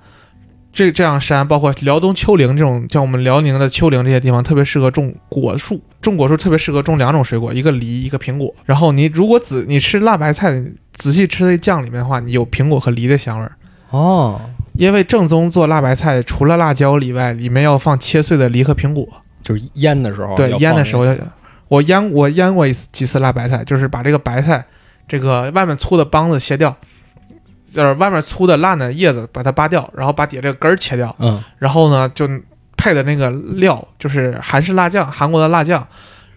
这这样山，包括辽东丘陵这种，像我们辽宁的丘陵这些地方，特别适合种果树。种果树特别适合种两种水果，一个梨，一个苹果。然后你如果仔你吃辣白菜，仔细吃那酱里面的话，你有苹果和梨的香味儿。
哦，
因为正宗做辣白菜，除了辣椒以外，里面要放切碎的梨和苹果。
就是腌的时候，
对，腌的时候
哦要
要
放那些，
我腌我腌过一次几次辣白菜，就是把这个白菜这个外面粗的帮子切掉，就是外面粗的烂的叶子把它扒掉，然后把底下这个根儿切掉，
嗯，
然后呢就配的那个料就是韩式辣酱，韩国的辣酱，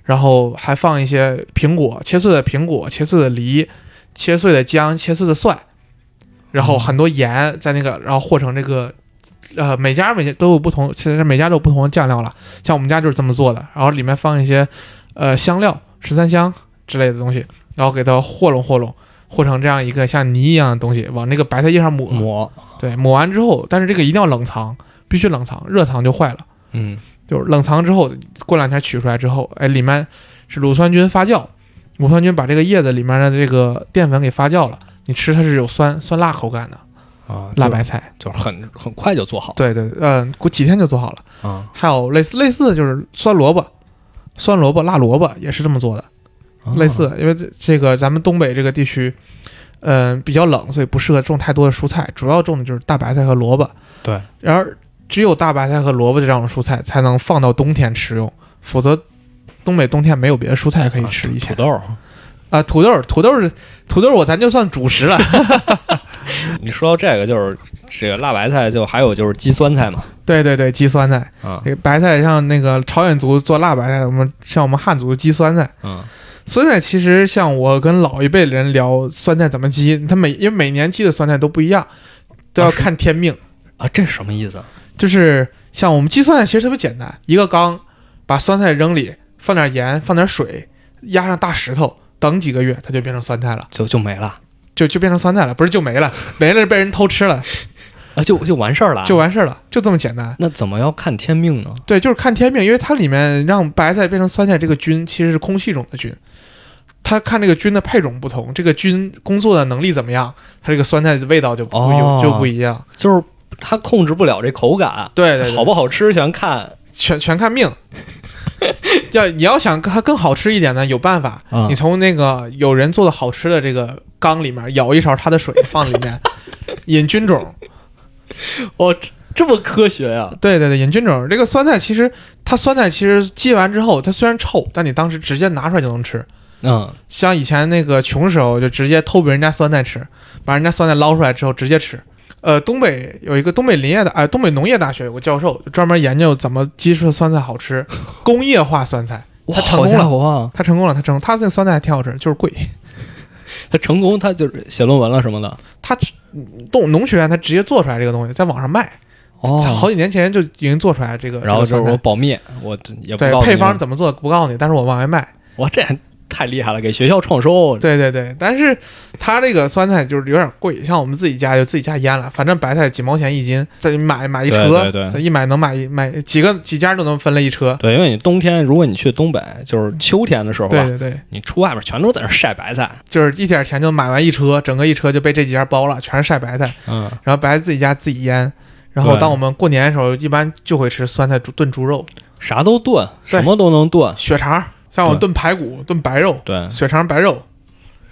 然后还放一些苹果，切碎的苹果，切碎的梨，切碎的姜，切碎的蒜，然后很多盐在那个，然后和成这个。呃，每家每家都有不同，其实每家都有不同的酱料了。像我们家就是这么做的，然后里面放一些，呃，香料、十三香之类的东西，然后给它和拢和拢，和成这样一个像泥一样的东西，往那个白菜叶上抹。
抹，
对，抹完之后，但是这个一定要冷藏，必须冷藏，热藏就坏了。
嗯，
就是冷藏之后，过两天取出来之后，哎，里面是乳酸菌发酵，乳酸菌把这个叶子里面的这个淀粉给发酵了，你吃它是有酸酸辣口感的
啊，
辣白菜。
就是很很快就做好
对对，嗯、过几天就做好了。
啊，
还有类似类似的就是酸萝卜，酸萝卜、辣萝卜也是这么做的，
啊哦
类似，因为这这个咱们东北这个地区。嗯，比较冷，所以不适合种太多的蔬菜，主要种的就是大白菜和萝卜。
对，
然而，只有大白菜和萝卜这两种蔬菜才能放到冬天吃用，否则东北冬天没有别的蔬菜可以吃。以
啊土
前
豆儿，
啊，土豆儿，土豆儿，土豆儿，我咱就算主食了。
你说到这个就是这个辣白菜，就还有就是鸡酸菜嘛，嗯
对对对，鸡酸菜，
啊，
这个白菜像那个朝鲜族做辣白菜，我们像我们汉族鸡酸菜。
嗯，
酸菜其实像我跟老一辈人聊酸菜怎么鸡，他每因为每年鸡的酸菜都不一样，都要看天命。
啊，这什么意思啊？
就是像我们鸡酸菜其实特别简单，一个缸，把酸菜扔里，放点盐，放点水，压上大石头，等几个月它就变成酸菜了，
就就没了
就就变成酸菜了，不是就没了，没了是被人偷吃了，
啊，就就完事儿了，
就完事儿了，就这么简单。
那怎么要看天命呢？
对，就是看天命，因为它里面让白菜变成酸菜这个菌其实是空气中的菌，他看这个菌的配种不同，这个菌工作的能力怎么样，它这个酸菜的味道就不一、
哦
就不一样。
就是它控制不了这口感，
对对对
好不好吃全看
全全看命。要你要想它更好吃一点呢，有办法。
啊
你从那个有人做的好吃的这个缸里面舀一勺它的水放里面，引菌种。
哦，这这么科学啊呀、
对对对，引菌种。这个酸菜其实它酸菜其实接完之后，它虽然臭，但你当时直接拿出来就能吃。
嗯，
像以前那个穷时候，就直接偷别人家酸菜吃，把人家酸菜捞出来之后直接吃。呃，东北有一个东北林业的，哎、东北农业大学有个教授就专门研究怎么鸡翅酸菜好吃，工业化酸菜。
哇，
他成
好
功了
家伙啊！
他成功了，他成功，他那个酸菜还挺好吃，就是贵。
他成功，他就是写论文了什么的。
他动农学院，他直接做出来这个东西，在网上卖，
哦，
好几年前就已经做出来这个。
然后就是
这
我
个
保密，我这也不
酸菜
告诉
对
你
配方怎么做不告诉你，但是我往外卖。
哇，这还太厉害了，给学校创收。
对对对，但是他这个酸菜就是有点贵，像我们自己家就自己家腌了，反正白菜几毛钱一斤，再买买一车，
对对对
再一买能买一买几个几家都能分了一车。
对，因为你冬天，如果你去东北，就是秋天的时候
对
吧，
对对，
你出外边全都在那晒白菜。
就是一点钱就买完一车，整个一车就被这几家包了，全是晒白菜。
嗯，
然后白菜自己家自己腌。然后
对
当我们过年的时候，一般就会吃酸菜猪炖猪肉、
啥都炖，
对
什么都能炖。
血肠，像我炖排骨、炖白肉、
对，
血肠白肉，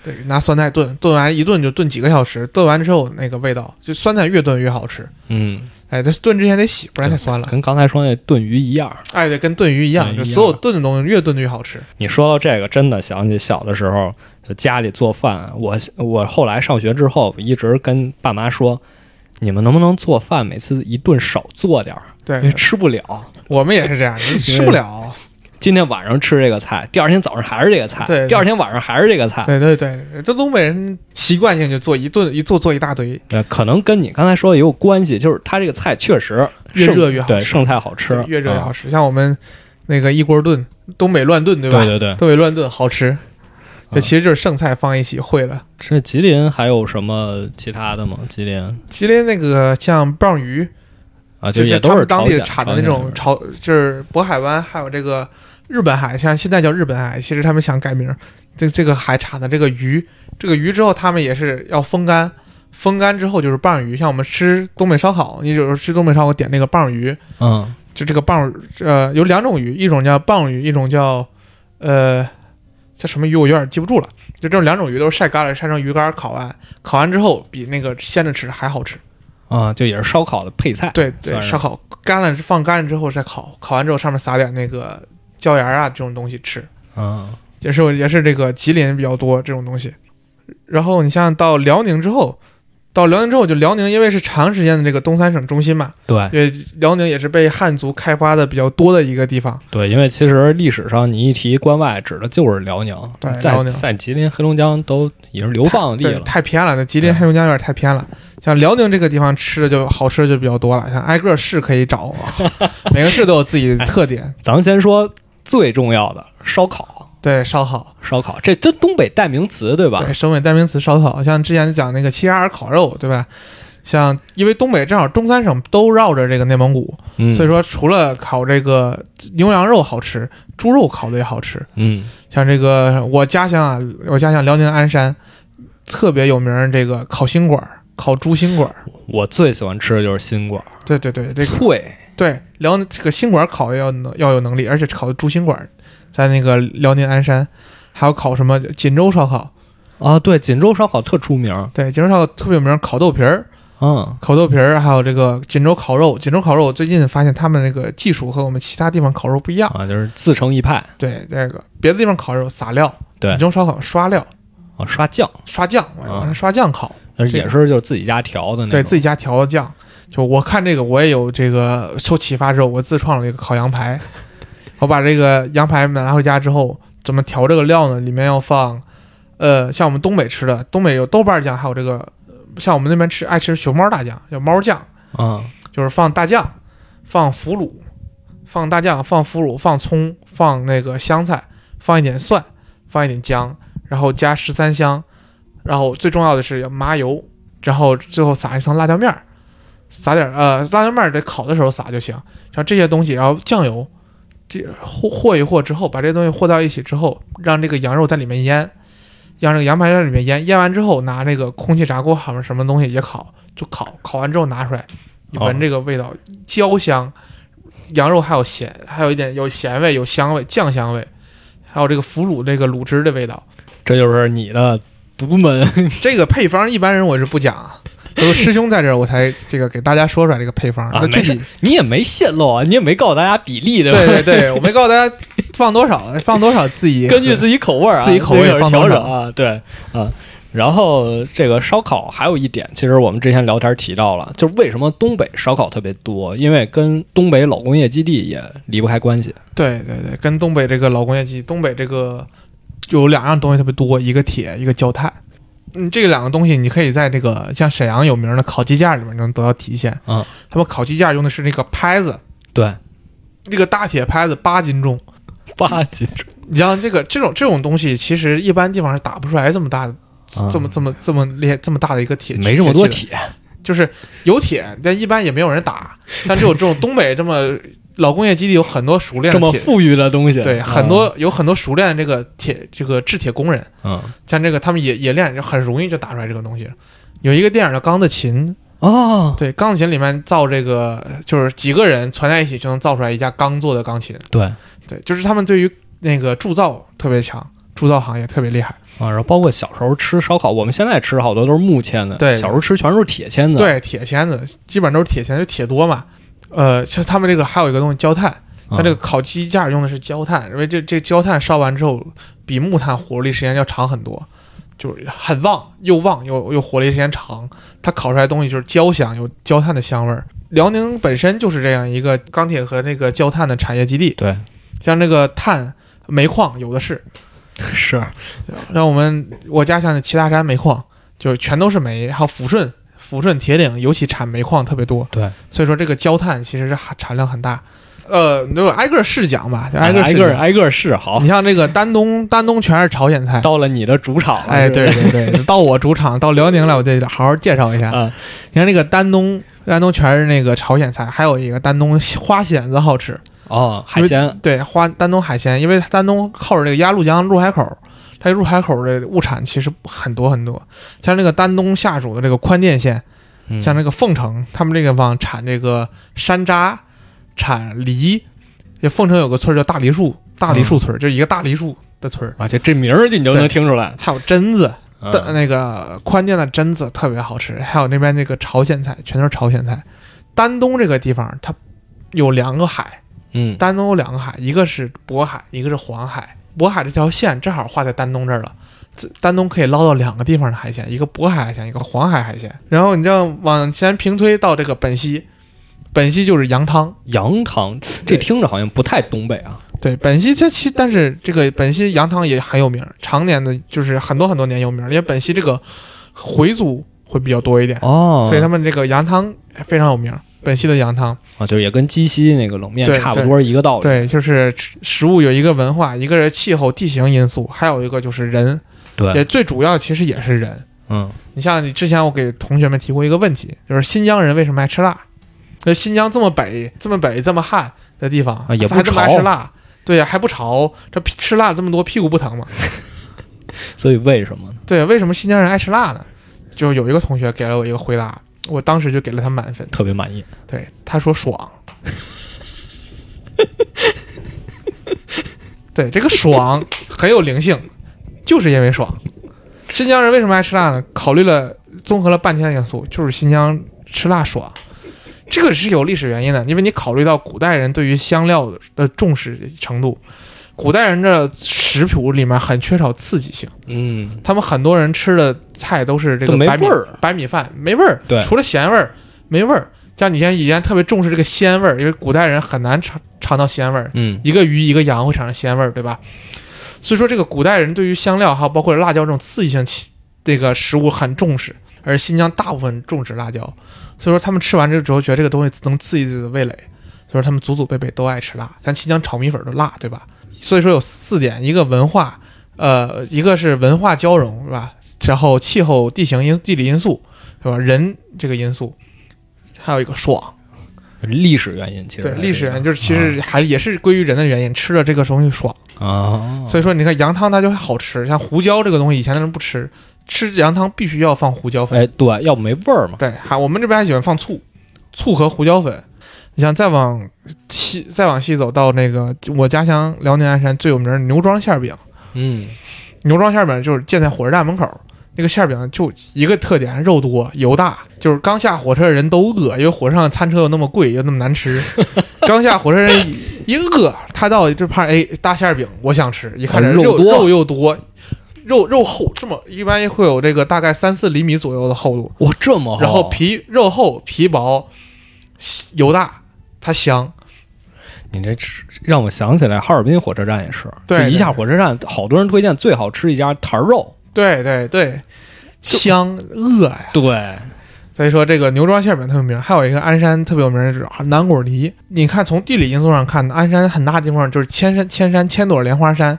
对，拿酸菜炖，炖完一炖就炖几个小时，炖完之后那个味道，就酸菜越炖越好吃。
嗯，
哎，这炖之前得洗，不然太酸了。
跟刚才说那炖鱼一样。
哎，对，跟炖鱼一样，
嗯
就
一样
所有炖的东西越炖越好吃。
你说到这个，真的想起小的时候，就家里做饭。我我后来上学之后，一直跟爸妈说，你们能不能做饭，每次一顿少做点儿，因为
对，
吃不了。
我们也是 这样，你吃不了。
今天晚上吃这个菜，第二天早上还是这个菜，
对对
第二天晚上还是这个菜。
对对对，这东北人习惯性就做一顿一做做一大堆，
呃，可能跟你刚才说的也有关系，就是它这个菜确实
越
剩
热越好
对，
吃
剩菜好吃啊
对，越热越好
吃，
吃。像我们那个一锅炖，东北乱炖，对吧？
对对对。
东北乱炖好吃。
嗯
这其实就是剩菜放一起烩了。
这吉林还有什么其他的吗？吉林
吉林那个像棒鱼，
啊，
就
也
是
都
他
是
们当地
朝鲜
产的那种朝，就是渤海湾还有这个日本海，像现在叫日本海，其实他们想改名，这这个海产的这个鱼，这个鱼之后他们也是要风干，风干之后就是棒鱼，像我们吃东北烧烤，你有时候吃东北烧烤点那个棒鱼，
嗯，
就这个棒，呃，有两种鱼，一种叫棒鱼，一种叫呃叫什么鱼，我有点记不住了。就这种两种鱼都是晒干了，晒成鱼干烤完，烤完之后比那个鲜着吃还好吃。
啊，就也是烧烤的配菜。
对对，
算是
烧烤干了放干了之后再烤，烤完之后上面撒点那个椒盐啊这种东西吃，
嗯，
也是我也是这个吉林比较多这种东西。然后你像到辽宁之后，到辽宁之后就辽宁因为是长时间的这个东三省中心嘛，
对
因为辽宁也是被汉族开发的比较多的一个地方。
对，因为其实历史上你一提关外，指的就是辽宁，
对
在
辽宁
在吉林、黑龙江都已经是流放地
对，
了。
太偏了。那吉林
对
黑龙江有点太偏了。像辽宁这个地方吃的就好吃的就比较多了，像挨个市可以找， 每个市都有自己的特点。
咱们先说最重要的烧烤，
对，烧烤，
烧烤这这东北代名词对吧？
对，省委代名词烧烤，像之前讲那个齐齐哈尔烤肉，对吧？像因为东北正好东三省都绕着这个内蒙古，
嗯，
所以说除了烤这个牛羊肉好吃，猪肉烤的也好吃。
嗯
像这个我家乡啊，我家乡辽宁鞍山特别有名儿，这个烤心管儿，烤猪心管儿。
我最喜欢吃的就是心管，
对对对，这个
脆。
对，辽宁这个心管烤要能要有能力，而且烤的猪心管，在那个辽宁鞍山，还有烤什么锦州烧烤，
啊，对，锦州烧烤特出名。
对，锦州烧烤特别有名，烤豆皮儿、
嗯，
烤豆皮儿，还有这个锦州烤肉。锦州烤肉最近发现他们那个技术和我们其他地方烤肉不一样，
啊，就是自成一派
对，这个别的地方烤肉撒料，
对
锦州烧烤刷料、
啊，刷酱，
刷酱，我
啊
用刷酱烤，
但是也是就是自己家调的那种。
对自己家调的酱。就我看这个，我也有这个受启发之后，我自创了一个烤羊排。我把这个羊排拿回家之后，怎么调这个料呢？里面要放，呃，像我们东北吃的，东北有豆瓣酱，还有这个，呃像我们那边吃爱吃熊猫大酱，叫猫酱，
嗯，
就是放大酱，放腐乳，放大酱，放腐乳，放葱，放那个香菜，放一点蒜，放一点姜，然后加十三香，然后最重要的是要麻油，然后最后撒一层辣椒面儿，撒点儿呃辣椒面儿得烤的时候撒就行，像这些东西，然后酱油，这和和一和之后，把这些东西和到一起之后，让这个羊肉在里面腌，让这个羊排在里面腌，腌完之后拿这个空气炸锅好像什么东西也烤，就烤，烤完之后拿出来，你
哦
闻这个味道，焦香，羊肉还有咸，还有一点有咸味，有香味，酱香味，还有这个腐乳这个卤汁的味道。
这就是你的独
啊
门。
这个配方一般人我是不讲啊，有师兄在这儿我才这个给大家说出来这个配方。
啊
那具
没事
体
你也没泄露啊，你也没告诉大家比例，对吧？
对对对，我没告诉大家放多少， 放多少自己
根据自己口味儿啊，
自己口味
有
放
调
多少
整啊，对啊。然后这个烧烤还有一点，其实我们之前聊天提到了，就是为什么东北烧烤特别多，因为跟东北老工业基地也离不开关系。
对对对，跟东北这个老工业基地，东北这个有两样东西特别多，一个铁，一个焦炭。嗯，这两个东西你可以在这个像沈阳有名的烤鸡架里面能得到体现。
嗯，
他们烤鸡架用的是那个拍子，
对，
这个大铁拍子八斤重。
八斤重
你像这个这种这种东西，其实一般地方是打不出来这么大的、
啊
这么这么这么烈这么大的一个铁，
没这么多
铁器
铁，
的，就是有铁，但一般也没有人打。像这种这种东北这么老工业基地有很多熟练
这
的
么
铁，
富裕的东西，
对，
啊
很多有很多熟练这个铁这个制铁工人，
嗯
像这个他们也也练，就很容易就打出来这个东西。有一个电影叫《钢的琴
哦》，，
对，《钢的琴》里面造这个就是几个人攒在一起就能造出来一架钢做的钢琴，
对啊，
对，就是他们对于那个铸造特别强，铸造行业特别厉害。
然后包括小时候吃烧烤，我们现在吃好多都是木签的，
对
小时候吃全都是铁签的，
对，铁签子基本上都是铁签，就铁多嘛。呃，像他们这个还有一个东西焦炭，
嗯，
它这个烤鸡架用的是焦炭，因为这这焦炭烧完之后比木炭火力时间要长很多，就是很旺，又旺又又火力时间长，它烤出来的东西就是焦香，有焦炭的香味儿。辽宁本身就是这样一个钢铁和那个焦炭的产业基地，
对
像这个碳煤矿有的是，
是
像我们我家乡的齐大山煤矿就全都是煤，还有抚顺。抚顺铁岭尤其产煤矿特别多，
对，
所以说这个焦炭其实是含产量很大。呃，就挨个儿试讲吧，就挨个儿
啊挨
试
个
讲
儿。挨个儿试好
你，像这个丹东，丹东全是朝鲜 菜。
到了你的主场了，
哎，
是吧
对对对，到我主场，到辽宁来，我得好好介绍一下。
啊，
你看这个丹东，丹东全是那个朝鲜菜，还有一个丹东花蚬子好吃。
哦，海鲜，
对，花丹东海鲜，因为丹东靠着这个鸭绿江入海口，它入海口的物产其实很多很多。像这个丹东下属的这个宽甸县，
嗯
像这个凤城，他们这个方产这个山楂，产梨。这凤城有个村儿叫大梨树，大梨树村儿，就是一个大梨树的村儿。
啊，就这名儿就你就能听出来，
还有榛子，的、
嗯
那个宽甸的榛子特别好吃，还有那边那个朝鲜菜，全都是朝鲜菜。丹东这个地方它有两个海，
嗯，
丹东有两个海，一个是渤海，一个是黄海。渤海这条线正好画在丹东这儿了，自丹东可以捞到两个地方的海鲜，一个渤海海鲜，一个黄海海鲜。然后你这样往前平推到这个本溪，本溪就是羊汤。
羊汤，这
对
听着好像不太东北啊，
对，本溪这其但是这个本溪羊汤也很有名，常年的就是很多很多年有名，因为本溪这个回族会比较多一点。
哦
所以他们这个羊汤非常有名，本溪的羊汤。
啊，就是也跟鸡西那个冷面
对
差不多一个道理，
对，就是食食物有一个文化，一个是气候地形因素，还有一个就是人，也
对，
最主要其实也是人。
嗯，
你像你之前我给同学们提过一个问题，就是新疆人为什么爱吃辣？那新疆这么北、这么北、这么旱的地方，
啊也不
还这么爱
潮
吃辣？对呀，还不潮，这屁吃辣这么多，屁股不疼吗？
所以为什么呢？
对，为什么新疆人爱吃辣呢？就有一个同学给了我一个回答，我当时就给了他满分。
特别满意，
对，他说爽。 对，这个爽很有灵性，就是因为爽。新疆人为什么爱吃辣呢？考虑了综合了半天的因素，就是新疆吃辣爽。这个是有历史原因的，因为你考虑到古代人对于香料的重视程度，古代人的食谱里面很缺少刺激性，
嗯，
他们很多人吃的菜都是这
都
个
没
白米
味儿
白米饭没味儿，
对
除了咸味儿没味儿。像你像以前特别重视这个鲜味儿，因为古代人很难尝尝到鲜味儿，
嗯，
一个鱼一个羊会产生鲜味儿，对吧？所以说这个古代人对于香料还有包括辣椒这种刺激性起这个食物很重视，而新疆大部分种植辣椒，所以说他们吃完这个之后觉得这个东西能刺激自己的味蕾，所以说他们祖祖辈辈都爱吃辣，像新疆炒米粉儿都辣，对吧？所以说有四点，一个文化，呃，一个是文化交融，是吧？然后气候、地形因、地理因素，是吧？人这个因素，还有一个爽，
历史原因，其实
对
还
历史
这
原因，
样
就是其实还也是归于人的原因，吃了这个东西爽。
啊，
所以说，你看羊汤它就会好吃，像胡椒这个东西，以前的人不吃，吃羊汤必须要放胡椒粉。
哎，对，要不没味儿嘛。
对，还我们这边还喜欢放醋，醋和胡椒粉。你像再往西，再往西走到那个我家乡辽宁鞍山最有名的牛庄馅儿饼，
嗯，
牛庄馅儿饼就是建在火车站门口。那个馅儿饼就一个特点，肉多油大，就是刚下火车的人都饿，因为火车上餐车又那么贵又那么难 吃。刚下火车人一一饿，他到这怕哎大馅儿饼，我想吃，一看这
啊肉
肉
多
肉又多，肉肉厚，这么一般会有这个大概三四厘米左右的厚度，
哇，这么啊厚，
然后皮肉厚皮薄，油大，它香。
你这吃让我想起来哈尔滨火车站也是，
对
就一下火车站，好多人推荐最好吃一家坛儿肉，
对对对，香饿呀。
对，
所以说这个牛庄馅饼特别有名，还有一个鞍山特别有名的就是啊南果梨。你看从地理因素上看，鞍山很大地方就是千山千山千朵莲花山，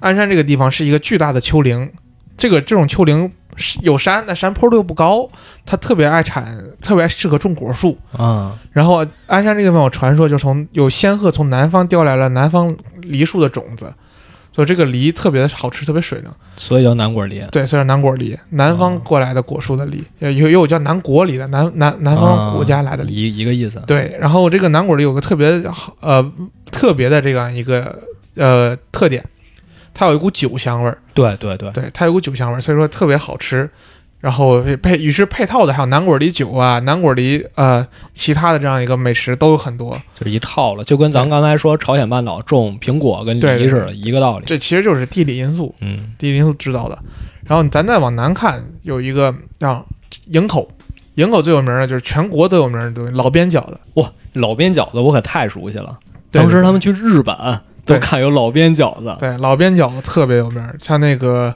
鞍山这个地方是一个巨大的丘陵，这个这种丘陵是有山，但山坡度又不高，它特别爱产，特别适合种果树。
啊，
然后鞍山这个地方有传说，就从有仙鹤从南方叼来了南方梨树的种子，所以这个梨特别好吃，特别水灵。
所以叫南果梨。
对，所以叫南果梨，南方
哦
过来的果树的梨，也有也有叫南国梨的，南南南方国家来的梨。
一一个意思，
对，然后这个南果梨有个特别好呃特别的这样一个呃特点，它有一股酒香味儿，
对对对，
对，它有股酒香味儿，所以说特别好吃。然后配与之配套的还有南果梨酒啊，南果梨呃其他的这样一个美食都有很多。
就是一套了，就跟咱们刚才说朝鲜半岛种苹果跟
对
梨
对
似的，一个道理。
这其实就是地理因素，
嗯，
地理因素知道的。然后咱再往南看，有一个叫营口，营口最有名的就是全国都有名的东西，老边角的。
哇，老边饺子我可太熟悉了，
对
当时他们去日本都
对
看有老边饺子，
对老边角子特别有名，像那个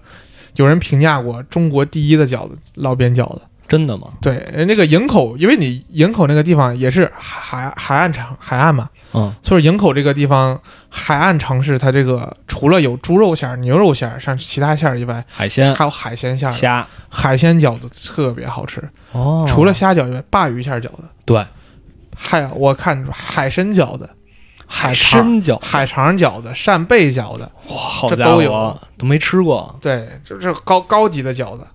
有人评价过中国第一的饺子，老边饺子。
真的吗？
对，那个营口，因为你营口那个地方也是海海岸城海岸嘛，
嗯，
所以营口这个地方海岸城市，它这个除了有猪肉馅儿、牛肉馅儿，像其他馅儿以外，
海鲜、
还有海鲜馅儿的。
虾。
海鲜饺子特别好吃，
哦
除了虾饺以外，鲅鱼馅儿饺子，
对
还有我看海参饺子、海肠、
参饺，
海肠饺子、扇贝饺子，
哇，好
这
家
都
伙，
有
都没吃过。
对，就是高高级的饺子。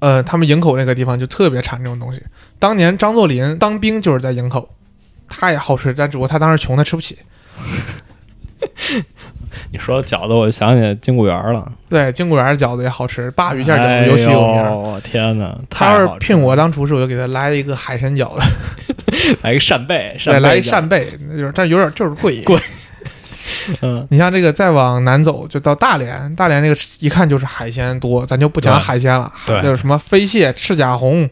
呃，他们营口那个地方就特别产这种东西。当年张作霖当兵就是在营口，他也好吃，但只不过他当时穷，他吃不起。
你说饺子，我就想起金固园了，
对，金固园饺子也好吃，鲅鱼馅儿饺
哎
子
呦
尤其有名儿。
天哪，
他要
太
是
好吃
聘我当厨师，我就给他来一个海参饺子，
来个扇贝，
对，
扇
来一
贝饺
扇贝，那就是但有点就是贵。
贵嗯，
你像这个再往南走，就到大连，大连这个一看就是海鲜多，咱就不讲
对
海鲜了，
对
就是什么飞蟹、赤甲红，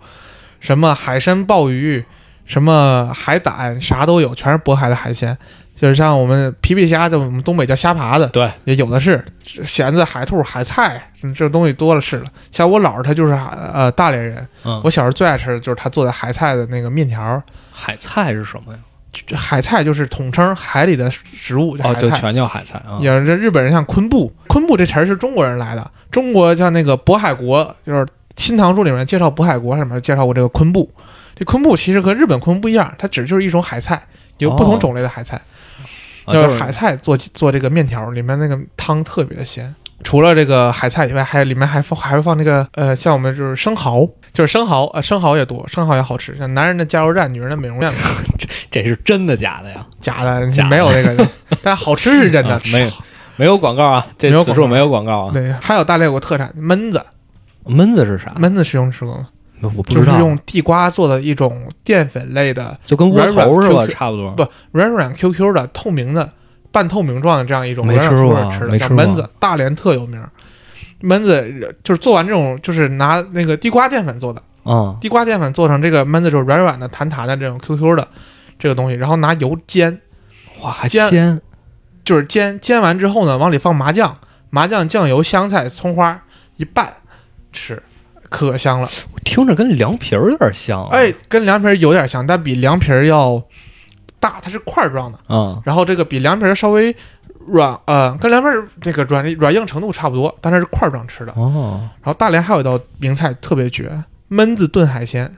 什么海参、鲍鱼，什么海胆，啥都有，全是渤海的海鲜。就是像我们皮皮虾，就我们东北叫虾爬子，
对，
也有的是咸子、海兔、海菜，这这东西多了是了。像我姥儿，她就是海呃大连人，
嗯
我小时候最爱吃的就是她做的海菜的那个面条儿，
海菜是什么呀？
就海菜就是统称海里的食物，叫
哦，
海
对，
菜。
全叫海菜啊。
也是日本人像昆布，昆布这词儿是中国人来的。中国像那个渤海国，就是《新唐书》里面介绍渤海国上面介绍过这个昆布。这昆布其实和日本昆布不一样，它只就是一种海菜，有不同种类的海菜。
哦啊
要
就是是
海菜做做这个面条，里面那个汤特别的鲜。除了这个海菜以外，还有里面还放还会放那个呃，像我们就是生蚝，就是生蚝，呃，生蚝也多，生蚝也好吃，像男人的加油站，女人的美容院，
这是真的假的呀？
假的
假的
没有那个，但好吃是真的
啊，没有没有广告啊，这
没有
此
广
处
告
没有广告啊。
对，还有大连有个特产焖子，
焖子是啥？
焖子是用吃过吗？
我啊不知
就是
道，
用地瓜做的一种淀粉类的
就跟窝
软软
头是吧？
Q Q
差不多。
不软软 QQ 的透明的半透明状的这样一种
没
软软 Q
吃
Q
过
的吃
没
的叫
吃过
焖子，大连特有名。焖子就是做完这种，就是拿那个地瓜淀粉做的，
嗯，
地瓜淀粉做成这个焖子，就是软软的、弹弹的这种 QQ 的这个东西，然后拿油煎，
哇，还
煎
煎
就是煎，煎完之后呢，往里放麻酱、麻酱、酱油、香菜、葱花一拌吃，可香了。
听着跟凉皮儿有点像啊。
哎，跟凉皮儿有点像，但比凉皮儿要大，它是块儿状的。
嗯，
然后这个比凉皮儿稍微软，呃，跟凉皮儿这个软软硬程度差不多，但是是块儿状吃的。
哦，
然后大连还有一道名菜特别绝，焖子炖海鲜，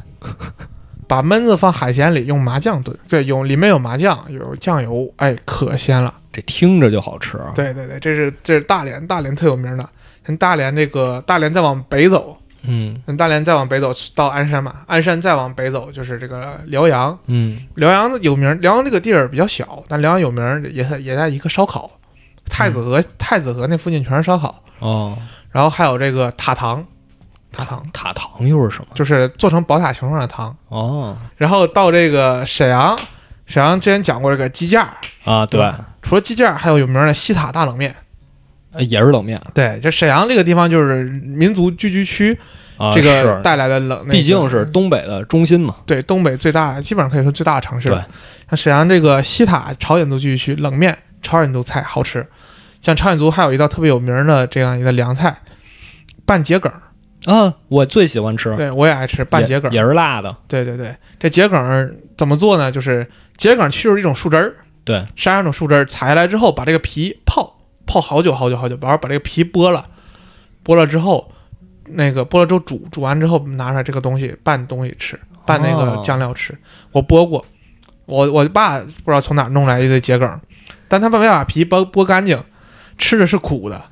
把焖子放海鲜里，用麻酱炖。对，有里面有麻酱，有酱油，哎，可鲜了。
这听着就好吃啊。
对对对，这是这是大连，大连特有名的。像大连这个，大连再往北走，
嗯
像大连再往北走到鞍山嘛，鞍山再往北走就是这个辽阳。
嗯，
辽阳有名，辽阳这个地儿比较小，但辽阳有名也在也在一个烧烤，太子
嗯
河、太子河那附近全是烧烤，
哦，
然后还有这个塔糖，塔糖
塔糖又是什么？
就是做成宝塔形状的糖。
哦
然后到这个沈阳，沈阳之前讲过这个鸡架，
啊，对，
除了鸡架，还有有名的西塔大冷面。
呃也是冷面
对，就沈阳这个地方就是民族聚居区，
啊，
这个
是
带来的冷，那个
毕竟是东北的中心嘛。
对东北最大，基本上可以说最大的城市
对
了。像沈阳这个西塔朝鲜族聚居区，冷面朝鲜族菜好吃。像朝鲜族还有一道特别有名的这样一个凉菜，拌桔梗儿。
啊，我最喜欢吃
嗯对我也爱吃拌桔梗
也
儿。
是辣的。
对对对，这桔梗儿怎么做呢？就是桔梗儿去就是一种树枝儿，
对，
山上一种树枝儿，采下来之后把这个皮泡泡好久好久好久，然后把这个皮剥了，剥了之后，那个剥了之后煮，煮完之后拿出来这个东西拌东西吃，拌那个
哦
酱料吃。我剥过，我我爸不知道从哪儿弄来一堆桔梗儿，但他没把皮剥剥干净，吃的是苦的。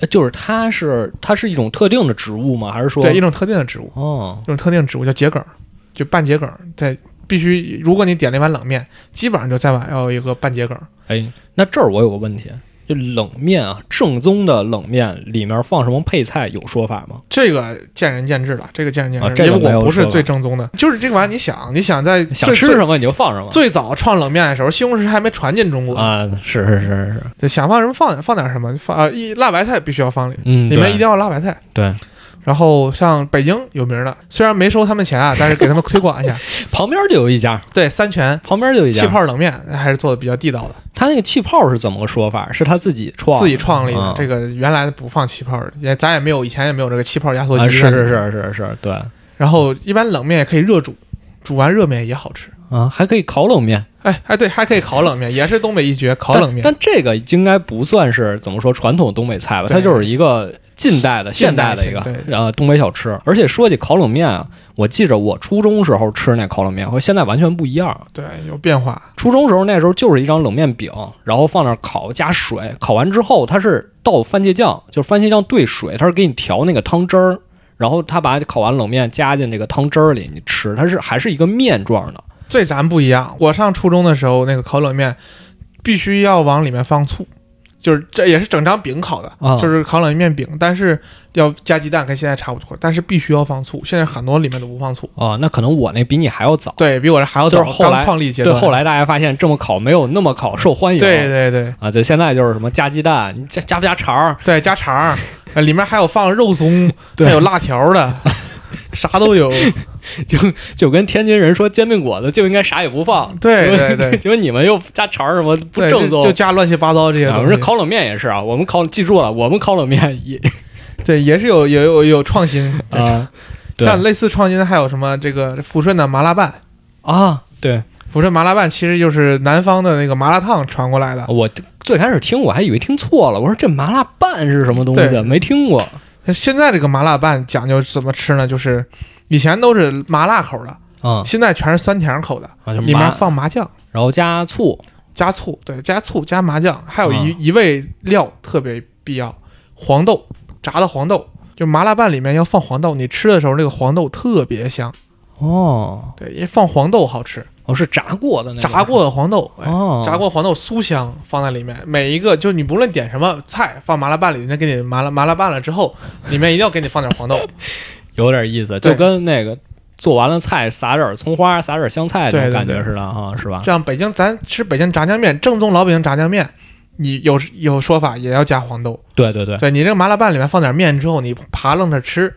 呃就是它是它是一种特定的植物吗？还是说
对，一种特定的植物，
哦
一种特定植物叫桔梗儿，就拌桔梗儿，在。必须，如果你点了一碗冷面，基本上就再碗要一个拌桔梗儿。
哎，那这儿我有个问题，就冷面啊，正宗的冷面里面放什么配菜有说法吗？
这个见仁见智了，这个见仁见智，
啊这个
因为
没
我
有
不是
说吧
最正宗的，就是这个玩意儿，你想，你想在
想
最
吃什么你就放什么
最最早创冷面的时候，西红柿还没传进中国，
啊！是是是是，
对想放什么放放点什么，放呃一辣白菜必须要放里，
嗯，
里面
对
一定要辣白菜。
对，
然后像北京有名的，虽然没收他们钱啊，但是给他们推 广一下，
旁边就有一家，
对三全
旁边就有一家
气，泡冷面还是做的比较地道的，
他那个气泡是怎么个说法？是他自己创
自己创立的
啊。
这个原来不放气泡的，也咱也没有以前也没有这个气泡压缩
啊，
机，
是是。是是是，对
然后一般冷面也可以热煮，煮完热面也好吃。
啊，还可以烤冷面，
哎哎，对，还可以烤冷面，也是东北一绝，烤冷面。
但但这个应该不算是怎么说传统东北菜吧？
对
它就是一个近代的、
近
现
代
代
的
的一个
对
呃东北小吃。而且说起烤冷面啊，我记着我初中时候吃那烤冷面和现在完全不一样。
对，有变化。
初中时候那时候就是一张冷面饼，然后放那儿烤加水，烤完之后它是倒番茄酱，就是番茄酱兑水，它是给你调那个汤汁儿，然后它把烤完冷面加进这个汤汁儿里，你吃，它是还是一个面状的。
这咱不一样。我上初中的时候，那个烤冷面必须要往里面放醋，就是这也是整张饼烤的，
啊
就是烤冷面饼，但是要加鸡蛋，跟现在差不多，但是必须要放醋。现在很多里面都不放醋，
哦，那可能我那比你还要早。
对比我这还要早，
就是后来
刚创立阶
对，
段。
后来大家发现这么烤没有那么烤受欢迎。
对对对
啊，就现在就是什么加鸡蛋，你加加不加肠儿？
对，加肠儿，呃里面还有放肉松，
对
还有辣条的，啥都 有。
就跟天津人说煎饼果子就应该啥也不放。，
对对对
因为你们又加肠儿什么 不
对
正
就
宗。
就加乱七八糟这些
啊我
东
们
西。
这烤冷面也是啊，我们烤记住了，我们烤冷面也
对，也是有有有有创新。对
啊，对
像类似创新的还有什么？这个抚顺的麻辣拌，
啊，对
抚顺麻辣拌其实就是南方的那个麻辣烫传过来的。
我最开始听我还以为听错了，我说这麻辣拌是什么东西
对
啊，没听过
那现在这个麻辣拌讲究怎么吃呢？就是以前都是麻辣口的，
啊，
现在全是酸甜口的，
啊就
里面
麻，
放麻酱、
然后加醋
加醋，对，加醋加麻酱，还有一、
啊
一味料特别必要，黄豆炸的黄豆。就麻辣拌里面要放黄豆，你吃的时候那个黄豆特别香，
哦，
对，因为放黄豆好吃，
哦是炸过的那种
炸过的黄豆，哎，
哦，
炸过黄豆酥香放在里面，每一个就你不论点什么菜放麻辣拌里，人家给你麻辣麻辣拌了之后，里面一定要给你放点黄豆。
啊有点意思，
对
就跟那个做完了菜撒点葱花、撒点香菜那
对
种
对
感觉
对
似的哈，是吧？
这样北京咱吃北京炸酱面，正宗老北京炸酱面，你有有说法也要加黄豆。
对对对
对你这个麻辣拌里面放点面之后，你扒楞着吃，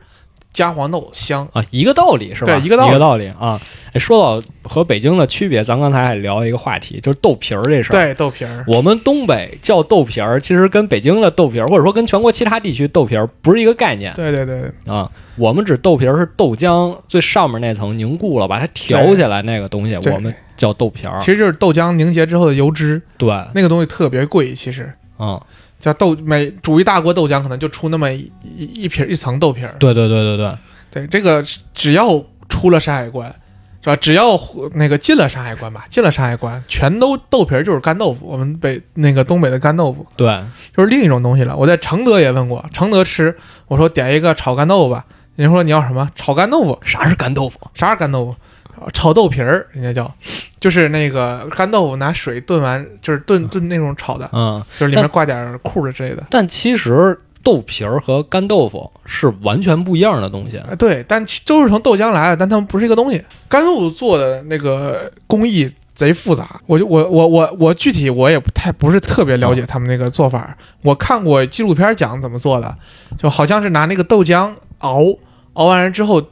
加黄豆香。
啊，一个道理是吧？
对一个道理
啊。哎，说到和北京的区别，咱刚才还聊一个话题，就是豆皮儿这事儿。
对，豆皮 儿，
我们东北叫豆皮儿，其实跟北京的豆皮儿，或者说跟全国其他地区豆皮儿不是一个概念
对对对
啊。我们指豆皮儿是豆浆最上面那层凝固了，把它调起来那个东西，
对
我们叫豆皮儿
其。实就是豆浆凝结之后的油脂，
对，
那个东西特别贵，其实。
嗯，
叫豆每煮一大锅豆浆，可能就出那么一一一瓶一层豆皮儿。
对对对对对，
对，这个是只要出了山海关，是吧？只要那个进了山海关吧，进了山海关，全都豆皮儿就是干豆腐，我们北那个东北的干豆腐
对，
就是另一种东西了。我在承德也问过，承德吃，我说点一个炒干豆腐吧，人家说你要什么炒干豆腐，
啥是干豆腐？
啥是干豆腐？炒豆皮儿，人家叫，就是那个干豆腐拿水炖完，就是炖炖那种炒的，
嗯，
就是里面挂点儿裤子之类的。
但其实豆皮儿和干豆腐是完全不一样的东西。
啊，对，但其都是从豆浆来的，但它们不是一个东西。干豆腐做的那个工艺贼复杂，我就我我我我具体我也不太不是特别了解他们那个做法。我看过纪录片讲怎么做的，就好像是拿那个豆浆熬，熬完了之后。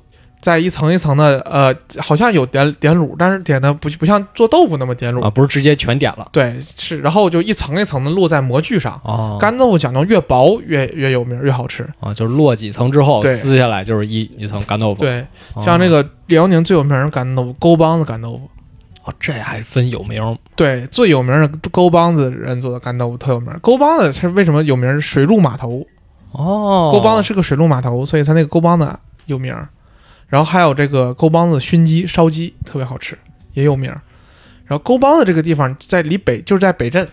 再一层一层的，呃，好像有点点卤，但是点的不不像做豆腐那么点卤，
啊，不是直接全点了
对，是，然后就一层一层的落在模具上。
哦，
干豆腐讲究越薄越越有名儿，越好吃。
啊，就是落几层之后
对
撕下来就是一一层干豆腐。
对，
哦，
像那个辽宁最有名儿的干豆腐，沟帮子干豆腐。
哦，这还分有名儿
对，最有名儿的沟帮子人做的干豆腐特有名儿。沟帮子是为什么有名儿？水陆码头，
哦。
沟帮子是个水陆码头，所以它那个沟帮子有名儿。然后还有这个沟帮子熏鸡、烧鸡特别好吃，也有名儿。然后沟帮子这个地方在离北就是在北镇，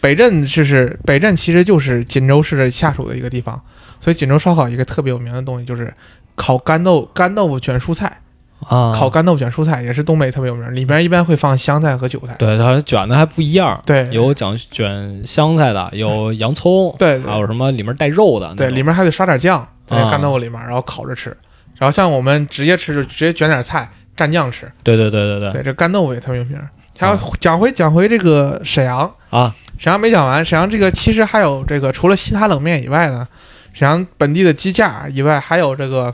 北镇就是北镇其实就是锦州市的下属的一个地方，所以锦州烧烤一个特别有名的东西就是烤干豆干豆腐卷蔬菜，
啊，
烤干豆腐卷蔬菜也是东北特别有名儿，里边一般会放香菜和韭菜。
对它卷的还不一样，
对
有讲卷香菜的，有洋葱，
对
还有什么里面带肉的那种，
对，里面还得刷点酱在那
啊
干豆腐里面，然后烤着吃。然后像我们直接吃就直接卷点菜蘸酱吃。
对对对对对
对，这干豆腐也特别有名儿。还有讲回讲回这个沈阳，
啊，
沈阳没讲完。沈阳这个其实还有这个，除了西塔冷面以外呢，沈阳本地的鸡架以外，还有这个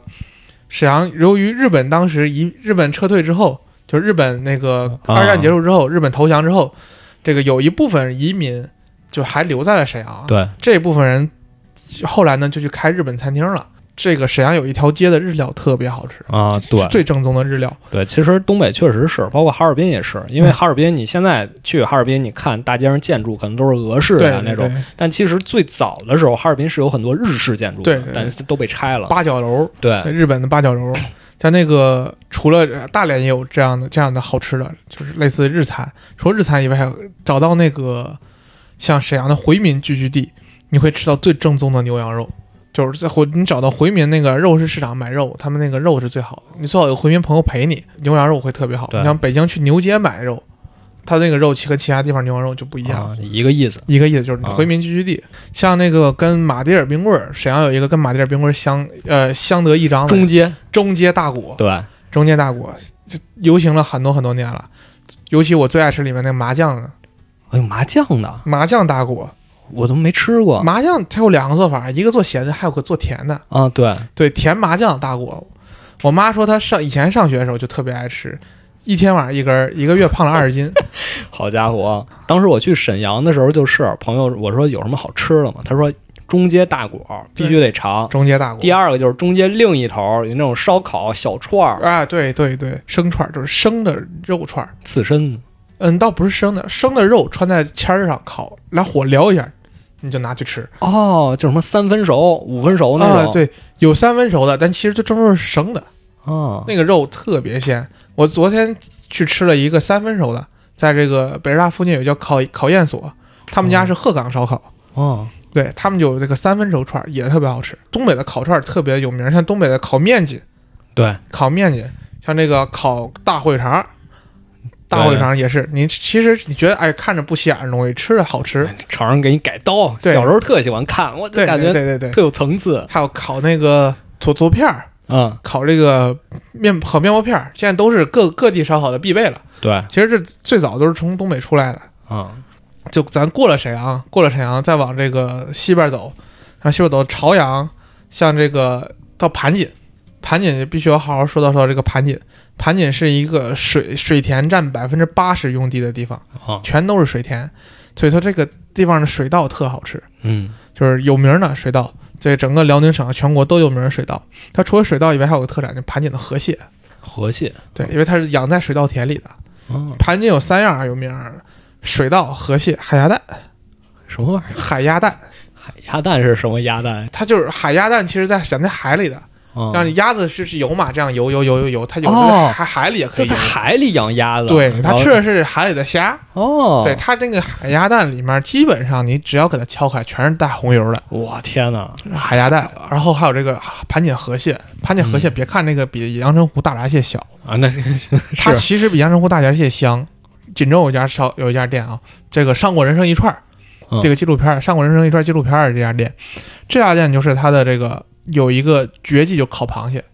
沈阳。由于日本当时一日本撤退之后，就日本那个
啊
二战结束之后，日本投降之后，这个有一部分移民就还留在了沈阳。
对，
这部分人后来呢就去开日本餐厅了。这个沈阳有一条街的日料特别好吃，
啊，对
是最正宗的日料。
对，其实东北确实是，包括哈尔滨也是，
嗯
因为哈尔滨你现在去哈尔滨，你看大街上建筑可能都是俄式
对
的那种，
对
但其实最早的时候，哈尔滨是有很多日式建筑的，
对对
但是都被拆了。
八角楼，
对，
呃日本的八角楼，在那个除了大连也有这样的这样的好吃的，就是类似日餐。除了日餐以外，还有找到那个像沈阳的回民聚居地，你会吃到最正宗的牛羊肉。就是在回你找到回民那个肉市市场买肉，他们那个肉是最好的。你最好有回民朋友陪你，牛羊肉会特别好。
对
你像北京去牛街买肉，他那个肉其和其他地方牛羊肉就不一样。
啊，一个意思。
一个意思就是
啊
回民聚居地，像那个跟马迭尔冰棍儿，沈阳有一个跟马迭尔冰棍儿相呃相得益彰的
中街，
中街大骨，
对，哎
中街大骨就流行了很多很多年了。尤其我最爱吃里面那个麻酱的
哎呦，麻酱的
麻酱大骨，
我都没吃过
麻酱它有两个做法，一个做咸的，还有个做甜的。
啊。对，
对，甜麻酱大骨，我妈说她上以前上学的时候就特别爱吃，一天晚上一根儿，一个月胖了二十 斤。
好家伙，当时我去沈阳的时候，就是朋友我说有什么好吃的吗？他说中街大骨必须得尝。
中街大骨
第，二个就是中街另一头有那种烧烤小串儿、
啊，对对对，生串儿就是生的肉串儿。
刺身，
嗯，倒不是生的，生的肉穿在签儿上烤，拿火燎一下，你就拿去吃。
哦，就什么三分熟、五分熟哦那种。
啊，对，有三分熟的，但其实就正正是生的，
啊，
那个肉特别鲜。我昨天去吃了一个三分熟的，在这个北师大附近有一个叫烤烤宴所，他们家是鹤岗烧烤，
哦，
对他们有这个三分熟串儿也特别好吃。东北的烤串儿特别有名，像东北的烤面筋，
对，
烤面筋，像这个烤大烩肠儿。大烩肠儿也是，你其实你觉得哎看着不起眼的东西，吃着好吃，
尝尝给你改刀。
对
小时候特喜欢看，我
对
哎感
对
觉
对对对，
特有层次。
还有烤那个土豆片儿，
嗯，
烤这个面烤面包片儿，现在都是各各地烧烤的必备了。
对，
其实这最早都是从东北出来的，
嗯，
就咱过了沈阳，过了沈阳再往这个西边走，然后西边走朝阳，像这个到盘锦，盘锦就必须要好好说到说到这个盘锦。盘锦是一个水水田占百分之八十用地的地方，
哦，
全都是水田，所以说这个地方的水稻特好吃。
嗯，
就是有名儿的水稻，这整个辽宁省全国都有名儿的水稻。它除了水稻以外，还有个特产，就盘锦的河蟹。
河蟹，
对，因为它是养在水稻田里的。
嗯，
盘锦有三样儿有名儿：水稻、河蟹、海鸭蛋。
什么玩意儿？
海鸭蛋，
海鸭蛋是什么鸭蛋？
它就是海鸭蛋，其实在养在海里的，
嗯
让鸭子是是游嘛，这样游游游游游，它有
哦
的在海海里也可
就
以
在
游。
海里养鸭子，
对，它
然后
吃的是海里的虾。
哦，
对，，它这个海鸭蛋里面，基本上你只要给它敲开，全是带红油的
我天哪，
海鸭蛋，然后还有这个盘锦河蟹。盘锦河蟹，别看那个比阳澄湖大闸蟹小，
啊，那是
它
是
其实比阳澄湖大闸蟹香。锦州有一家烧有一家店啊，这个上过人生一串儿
嗯，
这个纪录片儿上过人生一串儿纪录片儿的这家店，这家店就是它的这个有一个绝技就烤螃蟹，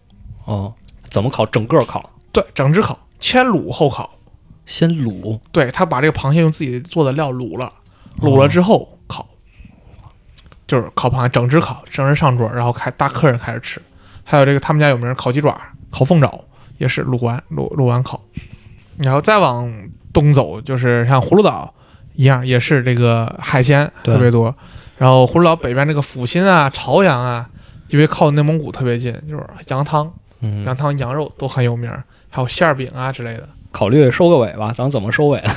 哦，怎么烤？整个烤，
对，整只烤，先卤后烤。
先卤，
对他把这个螃蟹用自己做的料卤了，卤
哦
了之后烤，就是烤螃蟹整只烤，整只上桌，然后开大客人开始吃。还有这个他们家有名儿烤鸡爪、烤凤爪也是卤完卤卤完烤，然后再往东走就是像葫芦岛一样，也是这个海鲜
对
特别多。然后葫芦岛北边这个阜新啊、朝阳啊，因为靠内蒙古特别近，就是羊汤、
嗯，
羊汤、羊肉都很有名儿，还有馅儿饼啊之类的。
考虑收个尾吧，咱怎么收尾？啊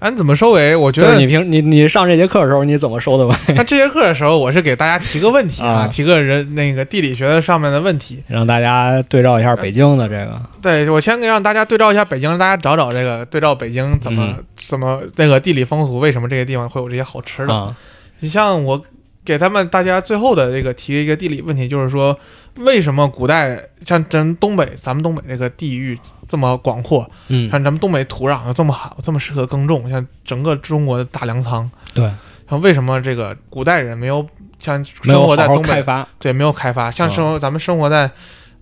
俺怎么收尾？我觉
就是
得
你平你你上这节课的时候，你怎么收的尾？
那这节课的时候，我是给大家提个问题
啊
啊，提个人那个地理学的上面的问题。
让大家对照一下北京的这个，
对我先让大家对照一下北京，让大家找找这个对照北京怎么、
嗯
怎么那个地理风俗，为什么这个地方会有这些好吃的？
啊，
你像我给他们大家最后的这个提一个地理问题，就是说为什么古代像咱东北，咱们东北这个地域这么广阔，
嗯，
像咱们东北土壤又这么好，这么适合耕种，像整个中国的大粮仓，
对，
像为什么这个古代人没有像
没
生
有
活
好
在
好
东北
开？发，
对，没有开发。像
啊
生活、咱们生活在，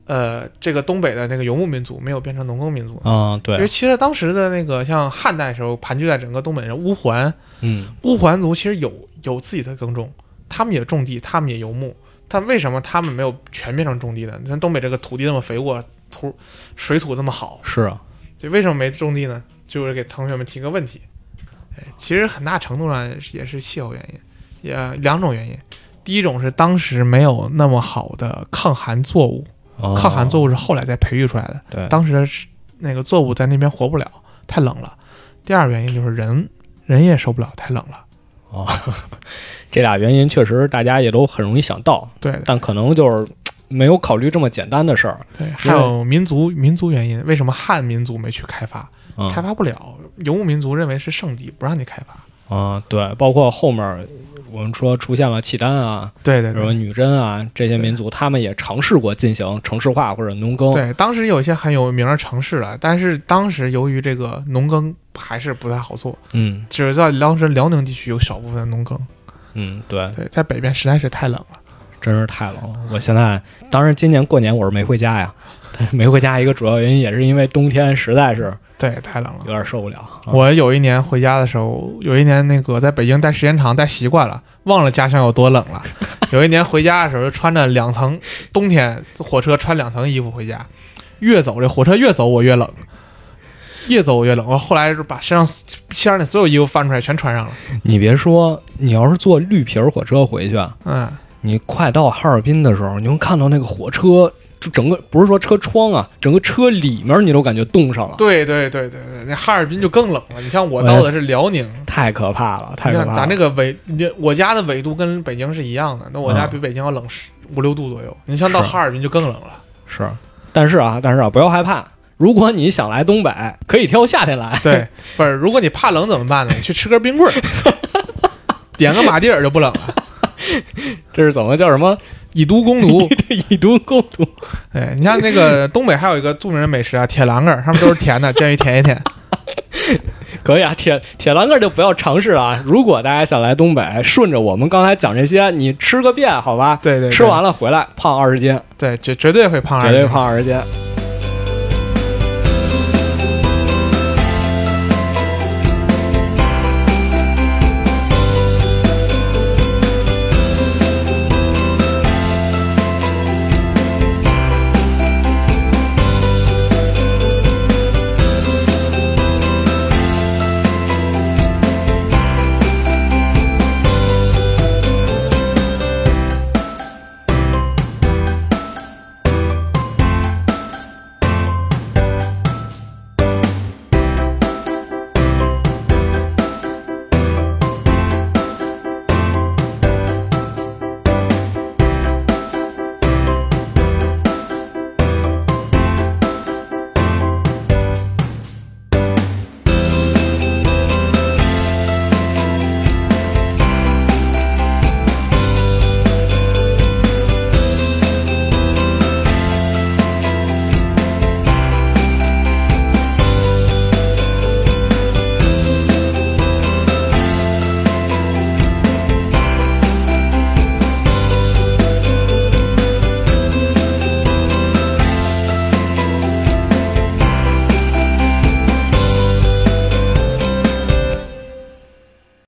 呃，这个东北的那个游牧民族，没有变成农耕民族。
嗯，
因为
对，
其实当时的那个像汉代时候盘踞在整个东北人乌桓，
嗯，
乌桓族其实有有自己的耕种，他们也种地，他们也游牧，但为什么他们没有全变成种地呢？咱东北这个土地那么肥沃，土水土那么好，
是啊，
对，为什么没种地呢？就是给同学们提个问题。哎，其实很大程度上也是气候原因，也两种原因。第一种是当时没有那么好的抗寒作物，
哦
抗寒作物是后来才培育出来的。
对，
当时是那个作物在那边活不了，太冷了。第二原因就是人，人也受不了太冷了。
这俩原因确实大家也都很容易想到，
对
但可能就是嘖没有考虑这么简单的事儿，
对，还有民族民族原因，为什么汉民族没去开发？
嗯
开发不了，游牧民族认为是圣地，不让你开发。
啊，对，包括后面我们说出现了契丹啊，
对对
什
对
么，女真啊这些民族，他们也尝试过进行城市化或者农耕，
对，当时有一些很有名的城市了，但是当时由于这个农耕还是不太好做，
嗯
只是在当时辽宁地区有少部分的农耕。
嗯，对，
对，在北边实在是太冷了。
真是太冷了。我现在，当然今年过年我是没回家呀， 但是没回家一个主要原因也是因为冬天实在是
对，太冷了
有。点受不了。啊
我有一年回家的时候，有一年那个在北京待时间长，待习惯了，忘了家乡有多冷了。有一年回家的时候，穿着两层，冬天火车穿两层衣服回家，越走这火车越走我越冷，越走我越冷。我后来是把身上箱里所有衣服翻出来全穿上了。
你别说，你要是坐绿皮儿火车回去，啊，
嗯，
你快到哈尔滨的时候，你能看到那个火车，就整个不是说车窗啊，整个车里面你都感觉冻上了，
对对对对对，那哈尔滨就更冷了。你像我到的是辽宁，
太可怕了，
你
太可
看
怕了。
咱这个纬，你我家的纬度跟北京是一样的，那我家
嗯
比北京要冷十五六度左右。你像到
是
哈尔滨就更冷了。
是，但是啊，但是啊，不要害怕。如果你想来东北，可以挑夏天来。
对， 不是，如果你怕冷怎么办呢？你去吃根冰棍儿， 点个马蒂尔就不冷了。
这是怎么叫什 么？
以毒攻 毒，
这 以毒攻毒。
哎，你像那个东北还有一个著名的美食啊，铁栏杆儿，上面都是甜的，建议舔一舔。
可以啊，铁铁栏杆就不要尝试了啊。如果大家想来东北，顺着我们刚才讲这些，你吃个遍好吧？
对对，对
吃完了回来胖二十斤，
对，绝绝对会胖，
绝对。胖二十斤。